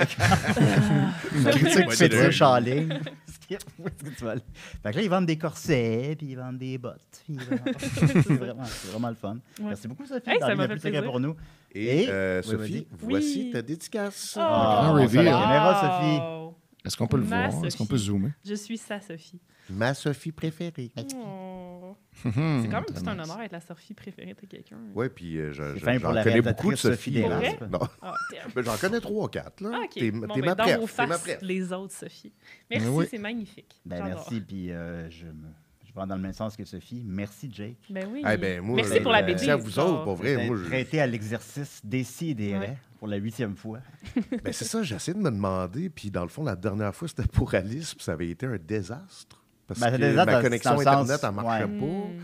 S5: Une critique
S2: C'est
S5: fétiche.
S2: fétiche en ligne. Skip, où est-ce que tu vas aller? Fait que là, ils vendent des corsets, puis ils vendent des bottes. puis ils vendent- c'est vraiment, c'est vraiment le fun.
S3: Ouais.
S2: Merci beaucoup, Sophie.
S3: Hey,
S2: d'en
S3: ça
S2: venir
S3: m'a fait
S2: plus secret
S3: plaisir.
S2: pour nous.
S4: Et, euh,
S2: Oui,
S4: Sophie,
S2: vas-y.
S4: voici
S3: Oui.
S4: ta dédicace.
S2: Ah,
S5: grand
S2: on
S5: reveal.
S2: fait la caméra, Sophie.
S3: Oh! Wow.
S5: Est-ce qu'on peut le
S3: Ma
S5: voir? Est-ce qu'on
S3: Sophie.
S5: peut zoomer?
S3: Je suis ça, Sophie.
S4: Ma Sophie préférée.
S3: Oh.
S5: Mhm,
S3: C'est quand même
S5: très
S3: tout un
S5: nice.
S3: honneur d'être la Sophie préférée de quelqu'un.
S4: Oui, puis euh, je-
S2: C'est
S4: je-
S2: fin pour
S4: j'en
S2: la
S4: connais beaucoup de
S2: rédactrice
S4: Sophie.
S2: Sophie
S4: là.
S3: Desmarais. Pour
S4: Non,
S3: Ah, damn.
S4: mais j'en connais trois, quatre. Là.
S3: Ah, OK.
S4: T'es
S3: Bon,
S4: t'es
S3: ben,
S4: ma
S3: dans
S4: prête.
S3: vos
S4: t'es ma
S3: faces,
S4: prête.
S3: les autres, Sophie. Merci,
S5: oui.
S3: c'est magnifique.
S2: Ben,
S3: J'adore.
S2: merci, puis euh, je, me- je vais dans le même sens que Sophie. Merci, Jake.
S3: Ben oui.
S4: Eh ben, moi,
S3: merci
S4: euh,
S3: pour la Ah.
S4: merci
S3: bébé.
S4: à vous autres, pour vrai. Moi, je-
S2: Prêté à l'exercice des des
S3: Ouais.
S2: pour la huitième fois.
S4: Ben, c'est ça, j'essaie de me demander. Puis dans le fond, la dernière fois, c'était pour Alice, puis ça avait été un désastre. Parce
S2: Ben,
S4: que
S2: c'est désastre dans-
S4: ma connexion
S2: dans le sens-
S4: Internet, elle marchait
S2: ouais.
S3: Mm.
S4: pas.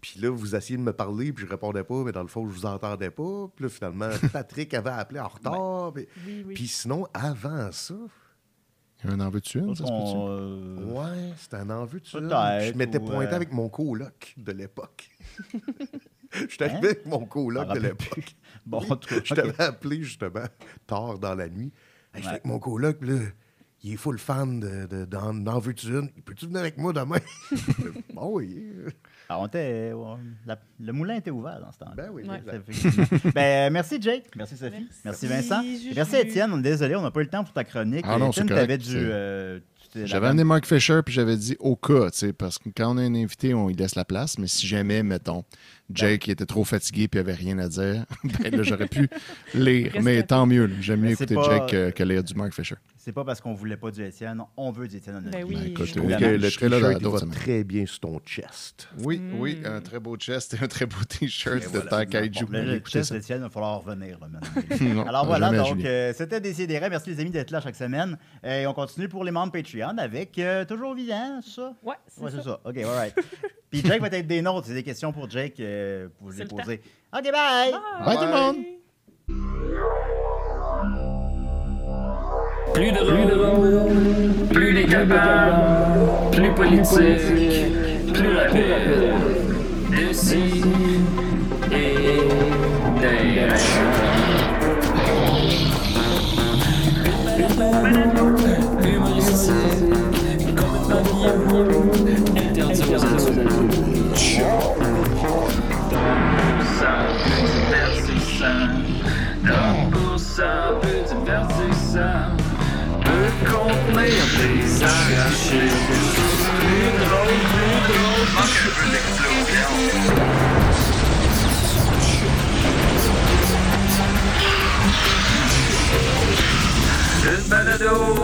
S4: Puis là, vous essayez de me parler, puis je répondais pas, mais dans le fond, je vous entendais pas. Puis là, finalement, Patrick avait appelé en retard. mais-
S3: Oui, oui.
S4: Puis sinon, avant ça,
S5: Un en veux-tu une? Ça se peut-tu?
S2: On, euh,
S4: ouais, c'était un envie de ça.
S2: Peut-être,
S4: Je m'étais
S2: ou,
S4: pointé
S2: euh,
S4: avec mon coloc de l'époque. J'étais
S2: Hein?
S4: arrivé avec mon coloc
S2: T'en
S4: de
S2: rappelles
S4: l'époque.
S2: Bon,
S4: Oui,
S2: en tout cas,
S4: Je
S2: ok.
S4: t'avais appelé justement tard dans la nuit. Hey, J'étais
S2: Ouais.
S4: avec mon coloc, puis là, il est full fan de, de, d'en, d'en veux-tu une? Peux-tu venir avec moi demain? bon, oui.
S2: Ah, on était- on- la- le moulin était ouvert dans ce temps-là.
S4: Ben oui,
S3: Ouais.
S4: exact.
S2: Effectivement. ben, merci Jake, merci Sophie, merci,
S3: Merci,
S2: Vincent,
S3: Juju.
S2: merci Étienne. On est désolé, on n'a pas eu le temps pour ta chronique.
S5: Ah non, c'est
S2: Étienne,
S5: correct,
S2: t'avais du,
S5: c'est-
S2: euh, tu t'es-
S5: J'avais
S2: la-
S5: amené Mark Fisher, puis j'avais dit au cas, tu sais, parce que quand on a un invité, on lui laisse la place, mais si jamais, mettons, Jake il était trop fatigué puis avait rien à dire, ben là, j'aurais pu lire.
S3: Reste
S5: Mais
S3: à-
S5: tant mieux, là. j'aime mieux
S2: Mais c'est
S5: écouter
S2: pas-
S5: Jake euh, que lire du Mark Fisher.
S2: C'est pas parce qu'on voulait pas du Étienne, on veut du Étienne. dans notre
S3: Ben
S2: vie.
S3: oui.
S5: Ben, écoute,
S3: je
S5: euh,
S4: Trouve
S5: regarde,
S4: que
S5: je
S4: le
S5: serai là dans
S4: t-shirt, il
S5: d'autres
S4: va
S5: semaines.
S4: très bien sur ton chest.
S5: Oui, oui, un très beau chest et un très beau t-shirt de
S2: Voilà,
S5: voilà, Kaiju.
S2: bon, là,
S5: Écoutez
S2: Écoutez,
S5: ça.
S2: Étienne, il va falloir revenir là, maintenant.
S5: Non,
S2: Alors voilà,
S5: jamais à
S2: donc
S5: Julien.
S2: euh, c'était Décidéré. Merci les amis d'être là chaque semaine. Et on continue pour les membres Patreon avec euh, toujours vivant, ça.
S3: Ouais, c'est
S2: Ouais,
S3: ça.
S2: c'est ça. OK, all right. Puis Jake va être des nôtres. C'est des questions pour Jake. euh, vous
S3: C'est
S2: les
S3: le
S2: posez. OK, bye!
S3: euh,
S5: Bye tout le monde!
S8: Plus de rôle, plus les capables, plus politique, plus rapide. D'ici et d'ailleurs. Humoristique, comme un pavillon, interdit aux adultes.
S1: Pour ça, peu divertissant, peut contenir des arrachés. Plus drôle, plus drôle, manque un peu d'explosion. Une balado,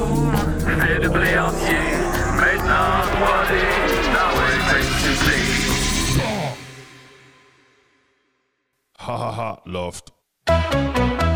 S1: fait de blé entier, maintenant 3D, dans le
S9: Ha ha ha, Loft.